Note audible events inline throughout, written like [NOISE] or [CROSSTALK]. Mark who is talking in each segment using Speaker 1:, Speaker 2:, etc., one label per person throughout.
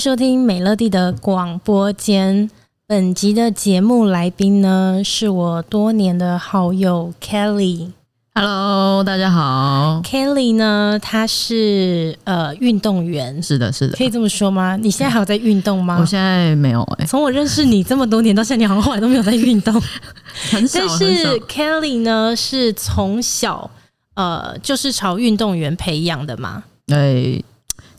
Speaker 1: 收听美乐蒂的广播间。本集的节目来宾呢，是我多年的好友 Kelly。
Speaker 2: Hello，大家好。
Speaker 1: Kelly 呢，她是呃运动员，
Speaker 2: 是的，是的
Speaker 1: 可。以这么说吗？你现在还有在运动吗
Speaker 2: 我？现在没有哎、
Speaker 1: 从我认识你这么多年到现在，你好像后来都没有在运
Speaker 2: [LAUGHS]
Speaker 1: 动。
Speaker 2: 很少，
Speaker 1: 但
Speaker 2: 很少
Speaker 1: 是。Kelly 呢，是从小呃就是朝运动员培养的嘛。
Speaker 2: 哎、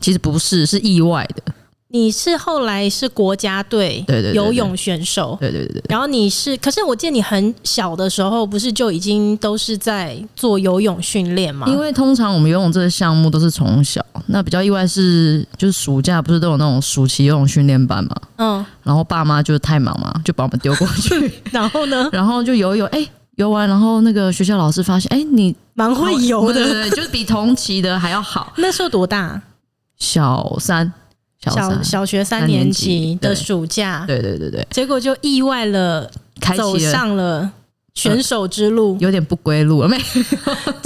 Speaker 2: 其实不是，是意外的。
Speaker 1: 你是后来是国家队
Speaker 2: 对对对对
Speaker 1: 游泳选手，
Speaker 2: 对对对对，
Speaker 1: 然后你是，可是我记得你很小的时候，不是就已经都是在做游泳训练吗？
Speaker 2: 因为通常我们游泳这个项目都是从小，那比较意外是，就是暑假不是都有那种暑期游泳训练班嘛，
Speaker 1: 嗯，
Speaker 2: 然后爸妈就是太忙嘛，就把我们丢过
Speaker 1: [LAUGHS]
Speaker 2: 去，
Speaker 1: 然后呢，
Speaker 2: 然后就游一游，哎、游完，然后那个学校老师发现，哎、你哦
Speaker 1: 蛮会游
Speaker 2: 对
Speaker 1: 的。
Speaker 2: 对对，就是比同期的还要好。
Speaker 1: 那时候多大？
Speaker 2: 小三，小
Speaker 1: 小
Speaker 2: 三，
Speaker 1: 小学三
Speaker 2: 三年
Speaker 1: 年
Speaker 2: 级
Speaker 1: 级的
Speaker 2: 对
Speaker 1: 暑假，
Speaker 2: 对对对对，
Speaker 1: 结果就意外了，
Speaker 2: 开
Speaker 1: 走
Speaker 2: 启了呃
Speaker 1: 上了选手之路。
Speaker 2: 有点不归路了，没？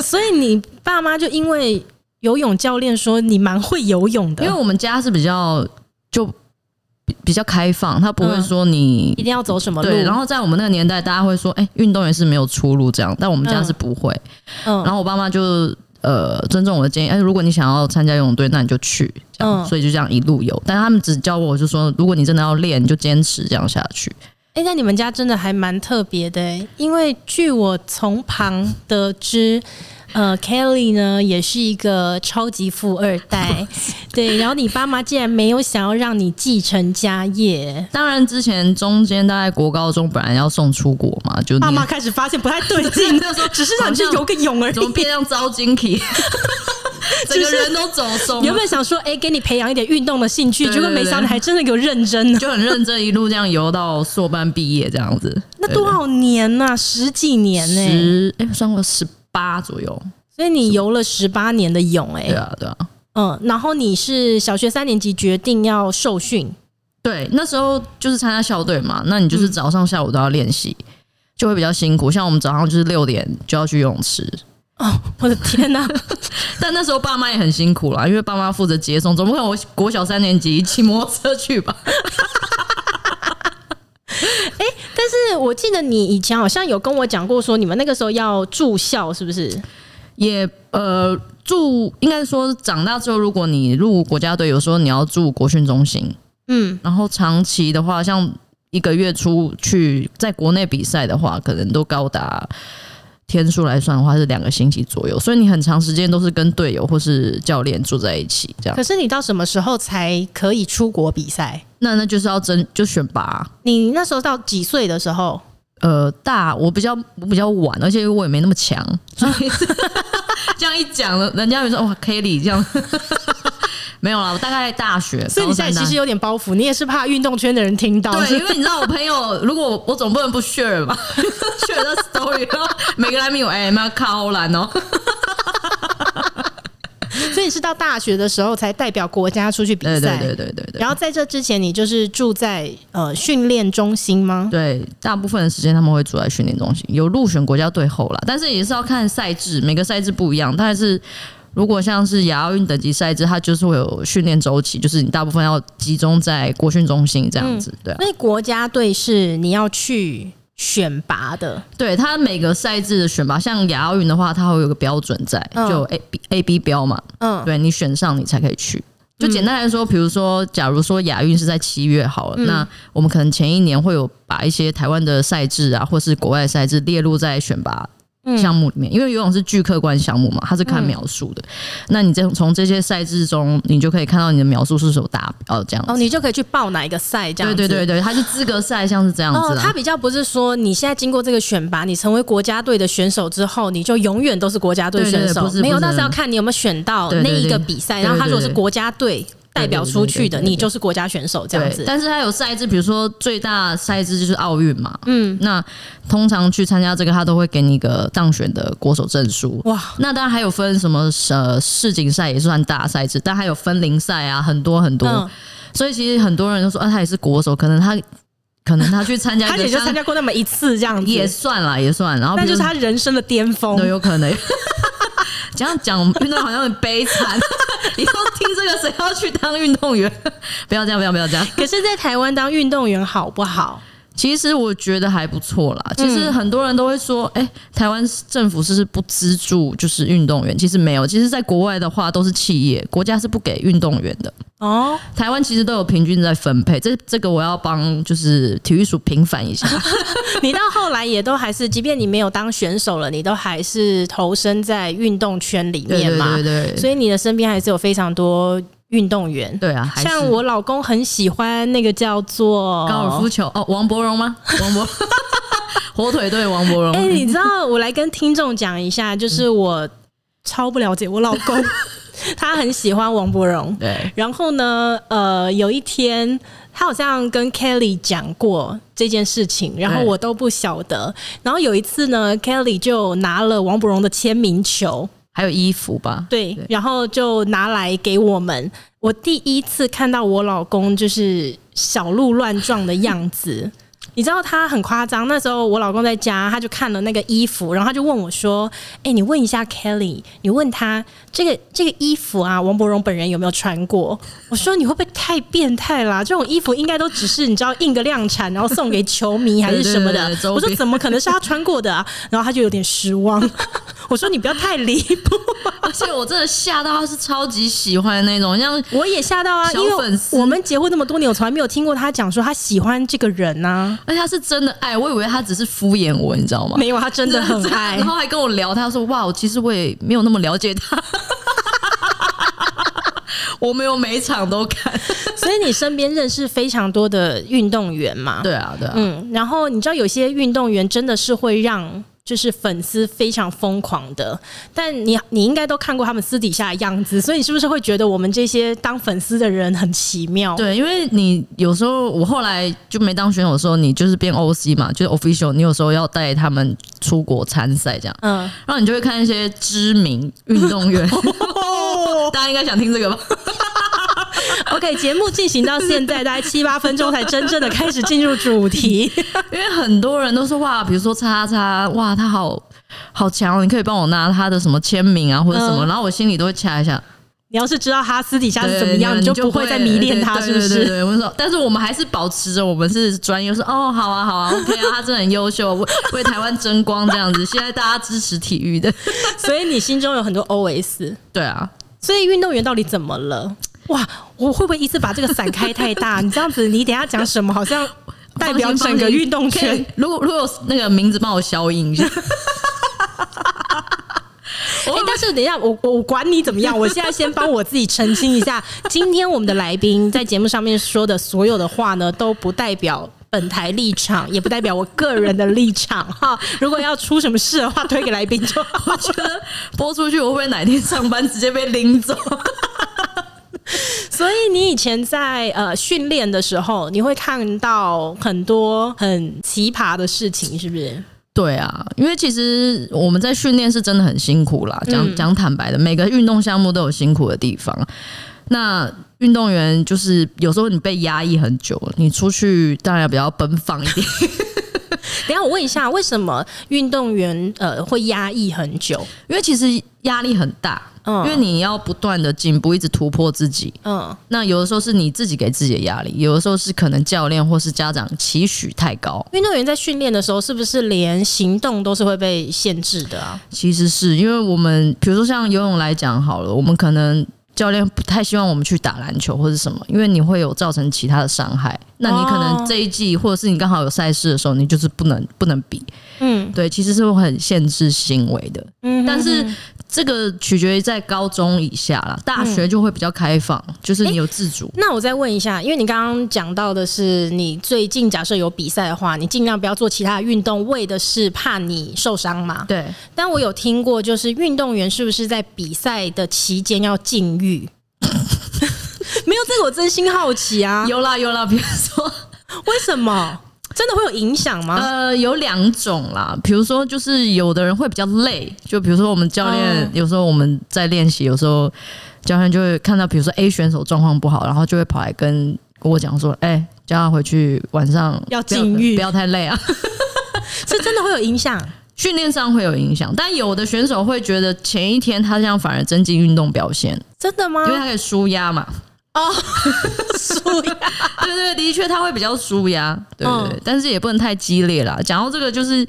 Speaker 1: 所以你爸妈就因为游泳教练说你蛮会游泳
Speaker 2: 因为
Speaker 1: 的，
Speaker 2: 我们家是比较就比比较开放，他不会说你、
Speaker 1: 一定要走什么路。
Speaker 2: 对。然后在我们那个年代，大家会说，哎、运动员是没有出路这样，但我们家是不会。
Speaker 1: 嗯
Speaker 2: 然后我爸妈就呃尊重我的建议，哎、如果你想要参加游泳队，那你就去这样，
Speaker 1: 嗯
Speaker 2: 所以就这样一路游。但他们只教我，就说如果你真的要练，你就坚持这样下去。
Speaker 1: 哎、那你们家真的还蛮特别的、欸，因为据我从旁得知，呃，Kelly 呢也是一个超级富二代， [LAUGHS] 对，然后你爸妈竟然没有想要让你继承家业，
Speaker 2: 当然之前中间大概国高中本来要送出国嘛，就
Speaker 1: 爸
Speaker 2: 你，
Speaker 1: 妈开始发现不太对劲 [LAUGHS]
Speaker 2: 那时候
Speaker 1: 只是让你去游个泳而
Speaker 2: 怎么
Speaker 1: 已。
Speaker 2: 变成糟金 [LAUGHS] 体？整个人都走松了
Speaker 1: 原。本想说，哎、给你培养一点运动的兴趣，
Speaker 2: 对
Speaker 1: 结果没想到你
Speaker 2: 对
Speaker 1: 还真的有认真呢。
Speaker 2: 就很认真一路这样游到硕班毕业这样子，
Speaker 1: [LAUGHS] 那多少年呐、十几年呢、
Speaker 2: 十哎、算过十八左右，
Speaker 1: 所以你游了十八年的泳、
Speaker 2: 对
Speaker 1: 哎、
Speaker 2: 啊对啊，
Speaker 1: 嗯，然后你是小学三年级决定要受训，
Speaker 2: 对，那时候就是参加校队嘛，那你
Speaker 1: 嗯
Speaker 2: 就是早上下午都要练习，就会比较辛苦。像我们早上就是六点就要去游泳池，
Speaker 1: 哦，我的天哪、
Speaker 2: 但那时候爸妈也很辛苦啦，因为爸妈负责接送，总不可能我国小三年级骑摩托车去吧？ [LAUGHS]
Speaker 1: 但 [LAUGHS] 是我记得你以前好像有跟我讲过，说你们那个时候要住校，是不是？
Speaker 2: 也呃住，应该说长大之后，如果你入国家队，有时候你要住国训中心，
Speaker 1: 嗯，
Speaker 2: 然后长期的话，像一个月出去在国内比赛的话，可能都高达天数来算的话是两个星期左右，所以你很长时间都是跟队友或是教练住在一起，这样
Speaker 1: 可。是你到什么时候才可以出国比赛？
Speaker 2: 那那就是要争就选拔。
Speaker 1: 你那时候到几岁的时候？
Speaker 2: 呃，大我比较我比较晚，而且我也没那么强，
Speaker 1: [LAUGHS]
Speaker 2: 所以这样一讲了，人家会说哇 Kelly 这样， [LAUGHS] 没有啦，我大概大学，
Speaker 1: 所以你现在
Speaker 2: 高三
Speaker 1: 其实有点包袱，你也是怕运动圈的人听到。
Speaker 2: 对，
Speaker 1: 哦是
Speaker 2: 因为你知道我朋友，如果我我总不能不 share 吧 [LAUGHS] ，share 的 story，然后每个来宾有哎，那靠欧兰哦，
Speaker 1: 所以你是到大学的时候才代表国家出去比
Speaker 2: 对对
Speaker 1: 赛。
Speaker 2: 对对对对
Speaker 1: 然后在这之前，你就是住在呃训练中心吗？
Speaker 2: 对，大部分的时间他们会住在训练中心，有入选国家队后啦，但是也是要看赛制，每个赛制不一样，但是。如果像是亚奥运等级赛制，它就是会有训练周期，就是你大部分要集中在国训中心这样子，对啊，
Speaker 1: 所以国家队是你要去选拔的，
Speaker 2: 对它每个赛制的选拔，像亚奥运的话，它会有个标准在，
Speaker 1: 嗯
Speaker 2: 就有 A B A B 标嘛，
Speaker 1: 嗯，
Speaker 2: 对你选上你才可以去。就简单来说，比如说，假如说亚运是在七月好
Speaker 1: 嗯
Speaker 2: 了，那我们可能前一年会有把一些台湾的赛制啊，或是国外的赛制列入在选拔项目里
Speaker 1: 嗯
Speaker 2: 面，因为游泳是具客观项目嘛，它是看描述的。那
Speaker 1: 嗯
Speaker 2: 你这从这些赛制中，你就可以看到你的描述是否达标这样子。
Speaker 1: 哦，你就可以去报哪一个赛这样
Speaker 2: 对
Speaker 1: 子。
Speaker 2: 对对对，它是资格赛，像是这样子啊
Speaker 1: 哦，
Speaker 2: 啦。
Speaker 1: 他比较不是说你现在经过这个选拔，你成为国家队的选手之后，你就永远都是国家队
Speaker 2: 对对
Speaker 1: 选
Speaker 2: 对
Speaker 1: 手
Speaker 2: 不。是
Speaker 1: 没有，
Speaker 2: 不是
Speaker 1: 那是要看你有没有选到
Speaker 2: 对
Speaker 1: 那
Speaker 2: 对
Speaker 1: 一
Speaker 2: 对
Speaker 1: 个比赛。
Speaker 2: 对对
Speaker 1: 然后他如果
Speaker 2: 对
Speaker 1: 是国家队代表出去的，
Speaker 2: 对对对对对对
Speaker 1: 你就是国家选手这样
Speaker 2: 对
Speaker 1: 子，。
Speaker 2: 但是它有赛制，比如说最大赛制就是奥运嘛，嗯，那通常去参加这个，他都会给你一个当选的国手证书。
Speaker 1: 哇，
Speaker 2: 那当然还有分什么呃世锦赛也算大赛制，但还有分龄赛啊，很多很多。
Speaker 1: 嗯，
Speaker 2: 所以其实很多人都说，啊，他也是国手，可能他可能他去参加
Speaker 1: 他
Speaker 2: 一个
Speaker 1: 也就
Speaker 2: 像，
Speaker 1: 参加过那么一次这样
Speaker 2: 也
Speaker 1: 子，
Speaker 2: 算啦，也算。然后
Speaker 1: 那
Speaker 2: 比
Speaker 1: 就
Speaker 2: 如
Speaker 1: 是他人生的巅峰
Speaker 2: 对，。有可能。 [LAUGHS] 这样讲运动好像很悲惨。 [LAUGHS] 以后听这个谁要去当运动员？ [LAUGHS] 不要这样，不要不要这样。
Speaker 1: [LAUGHS] 可是，在台湾当运动员好不好？
Speaker 2: 其实我觉得还不错啦。
Speaker 1: 嗯
Speaker 2: 其实很多人都会说，哎、台湾政府是不是不资助就是运动员？其实没有，其实在国外的话都是企业，国家是不给运动员的。
Speaker 1: 哦，
Speaker 2: 台湾其实都有平均在分配，这这个我要帮就是体育署平反一
Speaker 1: [LAUGHS]
Speaker 2: 下。
Speaker 1: [LAUGHS] 你到后来也都还是，即便你没有当选手了，你都还是投身在运动圈里
Speaker 2: 对
Speaker 1: 面
Speaker 2: 对
Speaker 1: 嘛。
Speaker 2: 对对
Speaker 1: 所以你的身边还是有非常多运动员。
Speaker 2: 对啊，还是
Speaker 1: 像我老公很喜欢那个叫做
Speaker 2: 高尔夫。球哦，王伯荣吗？王伯 [LAUGHS] 火腿队王伯荣。
Speaker 1: 哎、你知道我来跟听众讲一下，就是我超不了解我老
Speaker 2: [LAUGHS]
Speaker 1: 公，他很喜欢王柏荣。
Speaker 2: 对，
Speaker 1: 然后呢，呃，有一天他好像跟 Kelly 讲过这件事情，然后
Speaker 2: 对
Speaker 1: 我都不晓得。然后有一次呢，Kelly 就拿了王柏荣的签名球，
Speaker 2: 还有衣服吧。
Speaker 1: 对
Speaker 2: 对，
Speaker 1: 然后就拿来给我们。我第一次看到我老公就是小鹿乱撞的样
Speaker 2: [LAUGHS]
Speaker 1: 子。你知道他很夸张，那时候我老公在家，他就看了那个衣服，然后他就问我说：“哎、你问一下 Kelly，你问他这个这个衣服啊，王伯荣本人有没有穿过？”我说：“你会不会太变态啦？这种衣服应该都只是你知道印个量产，然后送给球迷还是什么的
Speaker 2: 对对对对。周”边
Speaker 1: 我说：“怎么可能是他穿过的啊？”然后他就有点失望。 [LAUGHS] 我说：“你不要太离谱。”
Speaker 2: 而且我真的吓到，他是超级喜欢那种，像
Speaker 1: 我也吓到啊，
Speaker 2: 小
Speaker 1: 因为
Speaker 2: 粉丝
Speaker 1: 我们结婚那么多年，我从来没有听过他讲说他喜欢这个人啊呐、
Speaker 2: 而且他是真的爱，我以为他只是敷衍我，你知道吗？
Speaker 1: 没有，他真的很爱
Speaker 2: [LAUGHS] 然。后还跟我聊，他说：“哇，其实我也没有那么了解他， [LAUGHS] 我没有每一场都看。
Speaker 1: 所以你身边认识非常多的运动员”嘛，
Speaker 2: 对啊，对啊，
Speaker 1: 嗯，然后你知道有些运动员真的是会让。就是粉丝非常疯狂的，但你你应该都看过他们私底下的样子，所以你是不是会觉得我们这些当粉丝的人很奇妙？
Speaker 2: 对，因为你有时候我后来就没当选手的时候，你就是变 OC 嘛，就是 official，你有时候要带他们出国参赛这样，
Speaker 1: 嗯，
Speaker 2: 然后你就会看一些知名运动 [LAUGHS] 员，大家应该想听这个吧？ [LAUGHS]
Speaker 1: OK，节目进行到现在大概七八分钟才真正的开始进入主题。
Speaker 2: 因为很多人都说哇，比如说叉叉叉，哇，他好好强哦，你可以帮我拿他的什么签名啊，或者什么，
Speaker 1: 嗯
Speaker 2: 然后我心里都会掐一下，
Speaker 1: 你要是知道他私底下
Speaker 2: 对
Speaker 1: 是怎么样，
Speaker 2: 对
Speaker 1: 你就不
Speaker 2: 不
Speaker 1: 会再迷恋他，
Speaker 2: 对
Speaker 1: 是不
Speaker 2: 对对
Speaker 1: [LAUGHS] 是？
Speaker 2: 对，我就说，但是我们还是保持着我们是专业，说哦，好啊，好啊，OK
Speaker 1: [LAUGHS]
Speaker 2: 啊，他真的很优秀，为为台湾争光这样子。现在大家支持体育的，
Speaker 1: 所以你心中有很多 OS。
Speaker 2: 对啊，
Speaker 1: 所以运动员到底怎么了？哇，我会不会一次把这个散开太 [LAUGHS] 大？你这样子，你等一下讲什么好像代表
Speaker 2: 放心
Speaker 1: 整个
Speaker 2: 放心
Speaker 1: 运动
Speaker 2: 可
Speaker 1: 圈 [LAUGHS]
Speaker 2: 以。如果如果有那个名字帮我消音一下， [LAUGHS]
Speaker 1: 哎、但是等一下，我我我管你怎么样，我现在先帮我自己澄清一下， [LAUGHS] 今天我们的来宾在节目上面说的所有的话呢，都不代表。本台立场也不代表我个人的立场哈，如果要出什么事的话，推给来宾就好。
Speaker 2: 我觉得播出去我会不会哪天上班直接被拎走？
Speaker 1: 所以你以前在呃训练的时候，你会看到很多很奇葩的事情，是不是？
Speaker 2: 对啊，因为其实我们在训练是真的很辛苦啦。讲讲坦白的，每个运动项目都有辛苦的地方。那运动员就是有时候你被压抑很久，你出去当然要比较奔放一点。
Speaker 1: 等一下我问一下，为什么运动员呃会压抑很久？
Speaker 2: 因为其实压力很大，
Speaker 1: 嗯
Speaker 2: 因为你要不断的进步，一直突破自己。
Speaker 1: 嗯
Speaker 2: 那有的时候是你自己给自己的压力，有的时候是可能教练或是家长期许太高。
Speaker 1: 运动员在训练的时候，是不是连行动都是会被限制的啊？
Speaker 2: 其实是因为我们，比如说像游泳来讲好了，我们可能教练不太希望我们去打篮球或是什么，因为你会有造成其他的伤害。那你可能这一季，或者是你刚好有赛事的时候，你就是不能不能比。
Speaker 1: 嗯
Speaker 2: 对，其实是会很限制行为的。
Speaker 1: 嗯
Speaker 2: 但是这个取决于在高中以下啦，大学就会比较开放，就是你有自主。
Speaker 1: 那我再问一下，因为你刚刚讲到的是，你最近假设有比赛的话，你尽量不要做其他的运动，为的是怕你受伤嘛？
Speaker 2: 对，
Speaker 1: 但我有听过，就是运动员是不是在比赛的期间要禁欲？ [LAUGHS] 没有这个，我真心好奇啊，
Speaker 2: 有啦有啦，比如说
Speaker 1: 为什么？真的会有影响吗？
Speaker 2: 呃，有两种啦，比如说就是有的人会比较累，就比如说我们教练、
Speaker 1: 嗯
Speaker 2: 有时候我们在练习，有时候教练就会看到，比如说 A 选手状况不好，然后就会跑来跟我讲说：“哎、叫他回去晚上
Speaker 1: 要
Speaker 2: 不
Speaker 1: 禁欲
Speaker 2: 不要太累啊。 [LAUGHS]
Speaker 1: 是真的会有影响？”
Speaker 2: 训练上会有影响，但有的选手会觉得前一天他这样反而增进运动表现，
Speaker 1: 真的吗
Speaker 2: 因？为他可以舒压嘛。
Speaker 1: [LAUGHS] 哦，输呀，
Speaker 2: [LAUGHS] 对对，对的确他会比较舒压，对对对
Speaker 1: 嗯
Speaker 2: 但是也不能太激烈啦。讲到这个，就是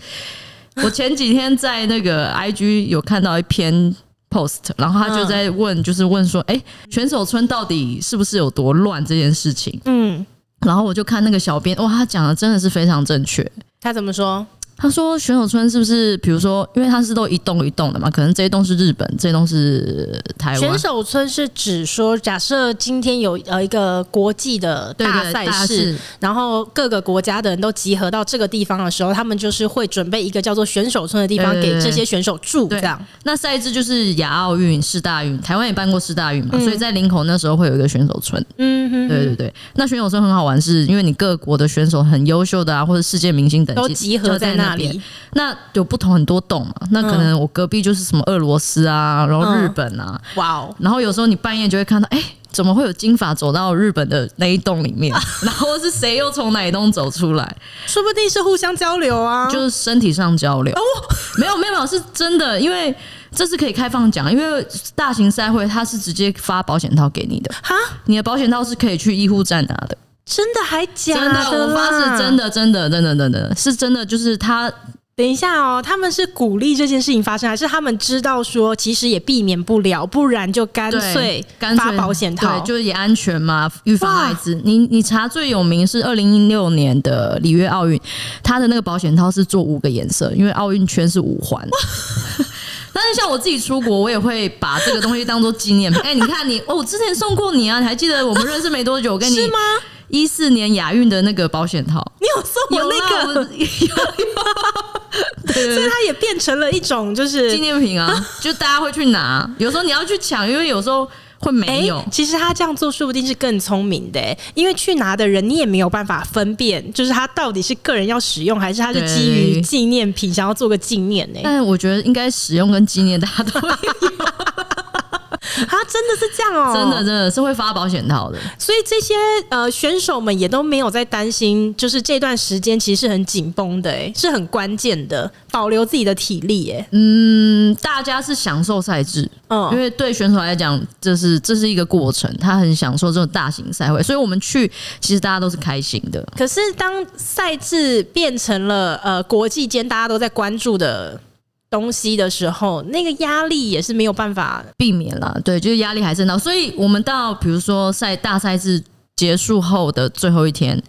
Speaker 2: 我前几天在那个 IG 有看到一篇 post，然后他就在
Speaker 1: 嗯
Speaker 2: 问，就是问说，哎、选手村到底是不是有多乱这件事情？
Speaker 1: 嗯，
Speaker 2: 然后我就看那个小编，哇，他讲的真的是非常正确。
Speaker 1: 他怎么说？
Speaker 2: 他说选手村是不是，比如说，因为它是都一栋一栋的嘛，可能这一栋是日本，这一栋是台湾
Speaker 1: 选，手村是指说，假设今天有呃一个国际的
Speaker 2: 对
Speaker 1: 大
Speaker 2: 对
Speaker 1: 赛
Speaker 2: 大
Speaker 1: 事，
Speaker 2: 事，
Speaker 1: 然后各个国家的人都集合到这个地方的时候，他们就是会准备一个叫做选手村的地方
Speaker 2: 对
Speaker 1: 给
Speaker 2: 对对
Speaker 1: 这些选手住，这
Speaker 2: 对
Speaker 1: 样。
Speaker 2: 那赛制就是亚奥运、世大运，台湾也办过世大运嘛，所以在林口那时候会有一个选手村。
Speaker 1: 嗯哼，
Speaker 2: 对对对，那选手村很好玩是，因为你各国的选手很优秀的啊，或者世界明星等级
Speaker 1: 都集
Speaker 2: 就
Speaker 1: 合在那
Speaker 2: 边
Speaker 1: 里。。嗯
Speaker 2: 那有不同很多栋嘛，那可能我隔壁就是什么俄罗斯啊，然后日本啊，
Speaker 1: 哇哦，
Speaker 2: 然后有时候你半夜就会看到，哎、怎么会有金发走到日本的那一栋里面？ [LAUGHS] 然后是谁又从哪一栋走出来？
Speaker 1: 说不定是互相交流啊。
Speaker 2: 就是身体上交
Speaker 1: 哦
Speaker 2: 流。没有没有没有，是真的，因为这是可以开放讲，因为大型赛会它是直接发保险套给你的，
Speaker 1: 哈，
Speaker 2: 你的保险套是可以去医护站拿的，
Speaker 1: 真的还假
Speaker 2: 真的，我发
Speaker 1: 啦
Speaker 2: 誓，真。的真的真的真的是真的，就是它
Speaker 1: 等一下哦，他们是鼓励这件事情发生，还是他们知道说其实也避免不了，不然就干
Speaker 2: 对
Speaker 1: 脆
Speaker 2: 干
Speaker 1: 发
Speaker 2: 脆
Speaker 1: 保险套
Speaker 2: 对，？就是也安全嘛，预防
Speaker 1: 哇
Speaker 2: 艾滋。你你查最有名是二零一六年的里约奥运，它的那个保险套是做五个颜色，因为奥运圈是五环。 [LAUGHS] 但是像我自己出国，我也会把这个东西当做纪念品。哎、你看你哦，我之前送过你啊，你还记得我们认识没多久，我跟你
Speaker 1: 是吗？
Speaker 2: 一四年亚运的那个保险套，
Speaker 1: 你有送我
Speaker 2: 有啦
Speaker 1: [LAUGHS] 那个，
Speaker 2: 我有有，对对
Speaker 1: 所
Speaker 2: 对
Speaker 1: 以。它也变成了一种就
Speaker 2: 纪
Speaker 1: 是。
Speaker 2: 念品啊，就大家会去拿。有时候你要去抢，因为有时候会没有。
Speaker 1: 其实他这样做说不定是更聪明的、因为去拿的人你也没有办法分辨，就是他到底是个人要使用，还是他是基于
Speaker 2: 对
Speaker 1: 纪念品想要做个纪念呢、
Speaker 2: 但我觉得应该使用跟纪念大家
Speaker 1: [LAUGHS]
Speaker 2: 都会，
Speaker 1: 啊，真的是这样哦、
Speaker 2: 真的真的是会发保险套的。
Speaker 1: 所以这些呃选手们也都没有在担心，就是这段时间其实是很紧绷的、欸，是很关键的，保留自己的体力、欸，
Speaker 2: 嗯，大家是享受赛制，因
Speaker 1: 嗯，
Speaker 2: 为对选手来讲，这是这是一个过程，他很享受这种大型赛会，所以我们去其实大家都是开心的。
Speaker 1: 可是当赛制变成了呃国际间大家都在关注的东西的时候，那个压力也是没有办法，
Speaker 2: 避免啦，对，就是压力还是很大，所以我们到比如说赛大赛制结束后的最后一天，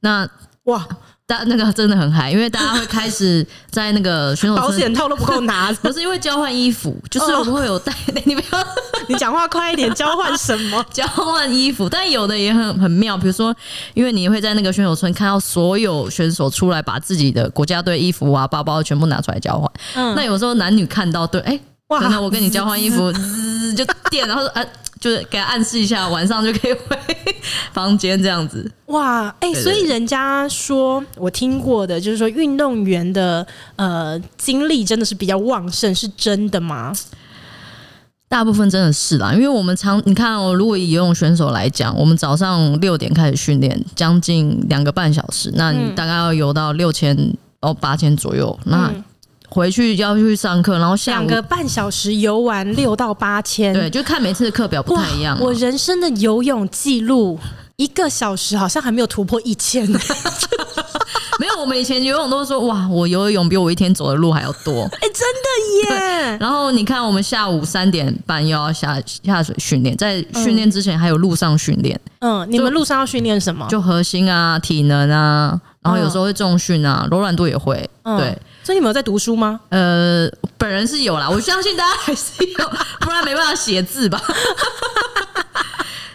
Speaker 2: 那 [LAUGHS]
Speaker 1: 哇，
Speaker 2: 大那个真的很嗨，因为大家会开始在那个选手村
Speaker 1: 保险套都不够拿，
Speaker 2: 不是因为交换衣服，就是我们会有带， [LAUGHS] 你不要
Speaker 1: 你讲话快一点，交换什么？
Speaker 2: 交换衣服，但有的也很很妙，比如说，因为你会在那个选手村看到所有选手出来把自己的国家队衣服啊、包包全部拿出来交换。
Speaker 1: 嗯
Speaker 2: 那有时候男女看到对，哎、
Speaker 1: 哇
Speaker 2: 真的我跟你交换衣服，滋就电，然后说啊，就是给他暗示一下，晚上就可以回房间这样子。
Speaker 1: 哇，哎、
Speaker 2: 对
Speaker 1: 所以人家说我听过的，就是说运动员的呃精力真的是比较旺盛，是真的吗？
Speaker 2: 大部分真的是啦，因为我们常你看哦，如果以游泳选手来讲，我们早上六点开始训练，将近两个半小时，那你大概要游到六千哦八千左右，那
Speaker 1: 嗯嗯
Speaker 2: 回去要去上课，然后下
Speaker 1: 两
Speaker 2: 午
Speaker 1: 个半小时游完六到八千，
Speaker 2: 对，，就看每次的课表不
Speaker 1: 哇
Speaker 2: 太一样啊。
Speaker 1: 我人生的游泳记录。一个小时好像还没有突破一 [LAUGHS] 千，哎、
Speaker 2: 没有，我们以前游泳都说哇，我游泳比我一天走的路还要
Speaker 1: [LAUGHS]
Speaker 2: 多。
Speaker 1: 哎真的耶！
Speaker 2: 然后你看，我们下午三点半又要下下水训练，在训练之前还有路上训练，
Speaker 1: 嗯，你们路上要训练什么？
Speaker 2: 就核心啊、体能啊，然后有时候会重训啊，柔软度也会。
Speaker 1: 嗯
Speaker 2: 对，
Speaker 1: 所以你们有在读书 [LAUGHS] 吗？
Speaker 2: 呃，本人是有啦，我相信大家还是有， [LAUGHS] 不然没办法写字吧。 [LAUGHS]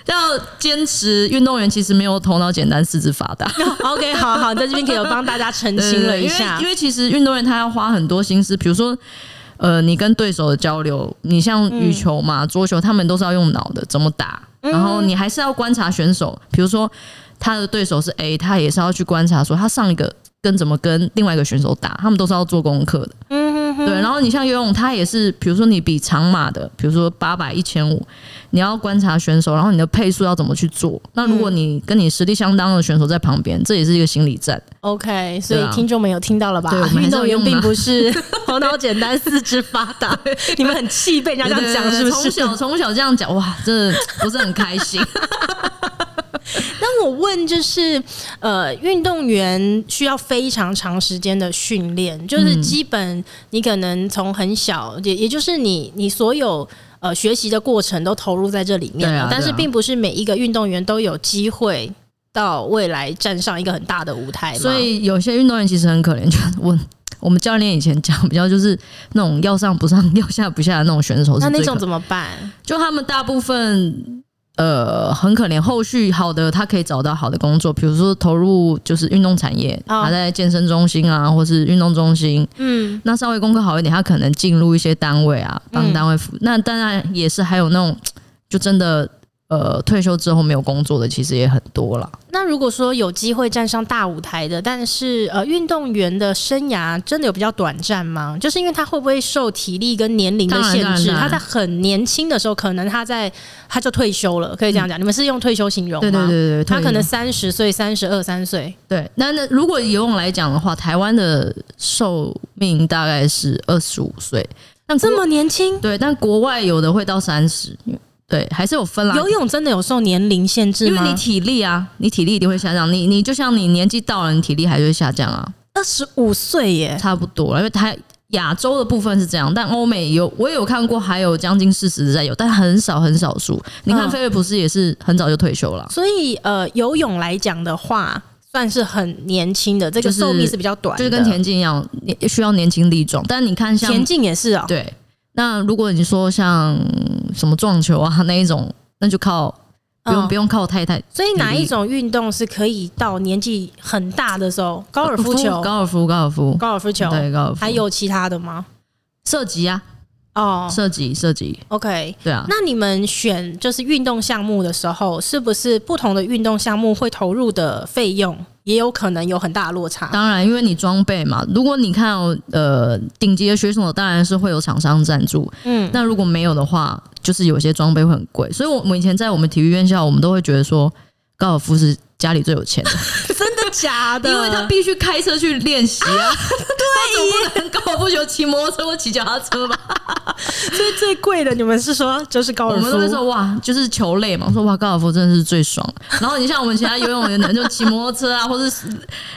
Speaker 2: 要坚持，运动员其实没有头脑简单，四肢发达。
Speaker 1: 哦 OK，好好，在这边可以有帮大家澄清了一下。
Speaker 2: 因为因为其实运动员他要花很多心思，比如说。呃，你跟对手的交流，你像羽球嘛、桌球，他们都是要用脑的，怎么打，
Speaker 1: 嗯
Speaker 2: 然后你还是要观察选手，比如说他的对手是 A，他也是要去观察说他上一个跟怎么跟另外一个选手打，他们都是要做功课的。
Speaker 1: 嗯
Speaker 2: 对，然后你像游泳，它也是，比如说你比长马的，比如说八百、一千五，你要观察选手，然后你的配速要怎么去做。那如果
Speaker 1: 嗯
Speaker 2: 你跟你实力相当的选手在旁边，这也是一个心理战。
Speaker 1: OK，所以
Speaker 2: 对啊
Speaker 1: 听众们有听到了吧
Speaker 2: 对我？们还
Speaker 1: 运
Speaker 2: 是
Speaker 1: 动
Speaker 2: 要
Speaker 1: 员
Speaker 2: 用
Speaker 1: 并
Speaker 2: 脑
Speaker 1: 不是 [LAUGHS] 头脑简单、四肢发达， [LAUGHS] 你们很气被人家这样讲，是不
Speaker 2: 从
Speaker 1: 是？
Speaker 2: 小从小这样讲，哇，真的不是很开心。
Speaker 1: 那我问就是，呃，运动员需要非常长时间的训练，就是
Speaker 2: 嗯
Speaker 1: 基本你可能从很小，也也就是你你所有。呃，学习的过程都投入在这里面
Speaker 2: 对
Speaker 1: 了，
Speaker 2: 啊
Speaker 1: 但是
Speaker 2: 对啊
Speaker 1: 并不是每一个运动员都有机会到未来站上一个很大的舞台嘛。
Speaker 2: 所以有些运动员其实很可怜，就我我们教练以前讲比较就是那种要上不上、要下不下的那种选手是
Speaker 1: 那
Speaker 2: 最可怜的，
Speaker 1: 那种怎么办？
Speaker 2: 就他们大部分呃很可怜，后续好的他可以找到好的工作，比如说投入就是运动产业，
Speaker 1: 哦
Speaker 2: 他在健身中心啊，或是运动中心。
Speaker 1: 嗯，
Speaker 2: 那稍微功课好一点，他可能进入一些单位啊，帮
Speaker 1: 嗯
Speaker 2: 单位服。那当然也是还有那种就真的呃退休之后没有工作的，其实也很多啦。
Speaker 1: 那如果说有机会站上大舞台的，但是呃，运动员的生涯真的有比较短暂吗？就是因为他会不会受体力跟年龄的
Speaker 2: 当然
Speaker 1: 限
Speaker 2: 当然
Speaker 1: 制？
Speaker 2: 当
Speaker 1: 他
Speaker 2: 然
Speaker 1: 在很年轻的时候，可能他在他就退休了，可以这样讲。你们是用退休形容吗？
Speaker 2: 对对对对，
Speaker 1: 他
Speaker 2: 退
Speaker 1: 可能
Speaker 2: 休
Speaker 1: 三十岁、三十二三岁，
Speaker 2: 对。那那呃如果游泳来讲的话，台湾的寿命大概是二十五岁，那
Speaker 1: 这么年轻，
Speaker 2: 对，但国外有的会到三十，对，还是有分啦。
Speaker 1: 游泳真的有受年龄限制
Speaker 2: 因为
Speaker 1: 吗
Speaker 2: 你？体力啊，你体力一定会下降。你你就像你年纪到了，你体力还是会下降啊，
Speaker 1: 二十五岁耶，
Speaker 2: 差不多啦。因为它亚洲的部分是这样，但欧美有我也有看过，还有将近四十在有，但很少很少数。你看
Speaker 1: 嗯
Speaker 2: 菲利普斯也是很早就退休了，
Speaker 1: 所以呃，游泳来讲的话，算是很年轻的，这个
Speaker 2: 就是
Speaker 1: 寿命是比较短
Speaker 2: 就
Speaker 1: 的，
Speaker 2: 是跟田径一样，你需要年轻力壮。但你看像
Speaker 1: 田径也是哦、
Speaker 2: 对，那如果你说像什么撞球啊那一种，那就靠不用、
Speaker 1: 嗯
Speaker 2: 不用靠太太
Speaker 1: 所以哪
Speaker 2: 体
Speaker 1: 一
Speaker 2: 力
Speaker 1: 种运动是可以到年纪很大的时候？高尔夫球、
Speaker 2: 高尔夫高尔夫
Speaker 1: [LAUGHS] 高尔夫球，
Speaker 2: 对高尔夫，
Speaker 1: 还有其他的吗？
Speaker 2: 射击啊，
Speaker 1: 哦
Speaker 2: 射击射击，
Speaker 1: ，OK。
Speaker 2: 对啊。
Speaker 1: 那你们选就是运动项目的时候，是不是不同的运动项目会投入的费用也有可能有很大的落差？
Speaker 2: 当然，因为你装备嘛，如果你看哦呃顶级的选手，当然是会有厂商赞助。
Speaker 1: 嗯，
Speaker 2: 那如果没有的话，就是有些装备会很贵。所以，我我们以前在我们体育院校，我们都会觉得说，高尔夫是家里最有钱的，
Speaker 1: [LAUGHS] 真的假的？
Speaker 2: [LAUGHS] 因为他必须开车去练 [LAUGHS] 习啊。对， [LAUGHS] 他总不能高尔夫球骑摩托车或骑脚踏车吧？
Speaker 1: 最最贵的，你们是说就是高
Speaker 2: 我
Speaker 1: 尔
Speaker 2: 们都会
Speaker 1: 夫？
Speaker 2: 说哇，就是球类嘛。我说哇，高尔夫真的是最爽。然后你像我们其他游泳的人，就骑摩托车啊，或者是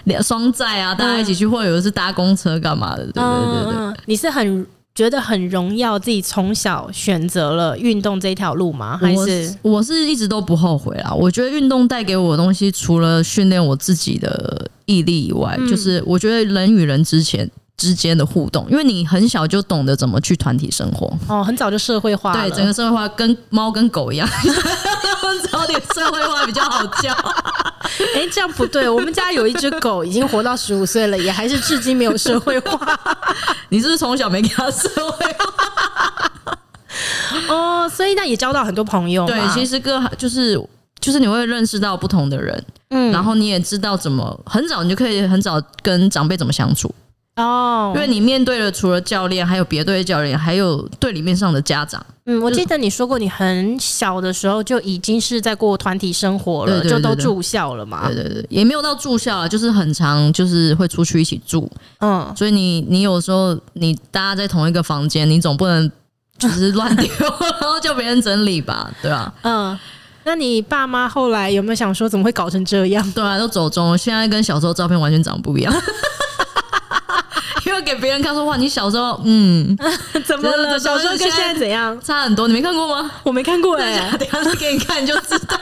Speaker 2: 两双载啊，大家一起去，或者有的是搭公车干嘛的。对对对对。
Speaker 1: 嗯，你是很觉得很荣耀自己从小选择了运动这条路吗？还
Speaker 2: 我
Speaker 1: 是
Speaker 2: 我是一直都不后悔啦。我觉得运动带给我的东西，除了训练我自己的毅力以外，
Speaker 1: 嗯
Speaker 2: 就是我觉得人与人之前之间的互动，因为你很小就懂得怎么去团体生活。
Speaker 1: 哦，很早就社会化了？
Speaker 2: 对，整个社会化跟猫跟狗一样， [LAUGHS] 要早点社会化比较好教。
Speaker 1: 哎、这样不对。我们家有一只狗，已经活到十五岁了，也还是至今没有社会化
Speaker 2: 你是不是从小没给它社会化？
Speaker 1: [LAUGHS] 哦，所以那也交到很多朋友
Speaker 2: 对，其
Speaker 1: 实
Speaker 2: 实各就是就是你会认识到不同的人，
Speaker 1: 嗯
Speaker 2: 然后你也知道怎么很早你就可以很早跟长辈怎么相处。
Speaker 1: 哦，
Speaker 2: 因为你面对了除了教练，还有别队的教练，还有队里面上的家长，
Speaker 1: 嗯，我记得你说过，你很小的时候就已经是在过团体生活了，
Speaker 2: 对对
Speaker 1: 就都
Speaker 2: 对对
Speaker 1: 住校了嘛。
Speaker 2: 对对对，也没有到住校啊，就是很常就是会出去一起住，
Speaker 1: 嗯，
Speaker 2: 所以你你有时候你大家在同一个房间，你总不能就是乱丢， [LAUGHS] 然后叫别人整理吧，对吧、啊？
Speaker 1: 嗯，那你爸妈后来有没有想说怎么会搞成这样？ [LAUGHS]
Speaker 2: 对啊，都走中了，现在跟小时候照片完全长不一样。 [LAUGHS] 因为给别人看说哇，你小时候嗯
Speaker 1: 怎么了？
Speaker 2: 对对对
Speaker 1: 小时候跟
Speaker 2: 现
Speaker 1: 现在
Speaker 2: 在
Speaker 1: 怎样？
Speaker 2: 差很多，你没看过吗？
Speaker 1: 我没看过哎、 [LAUGHS]
Speaker 2: 等一下再给你看你就知道。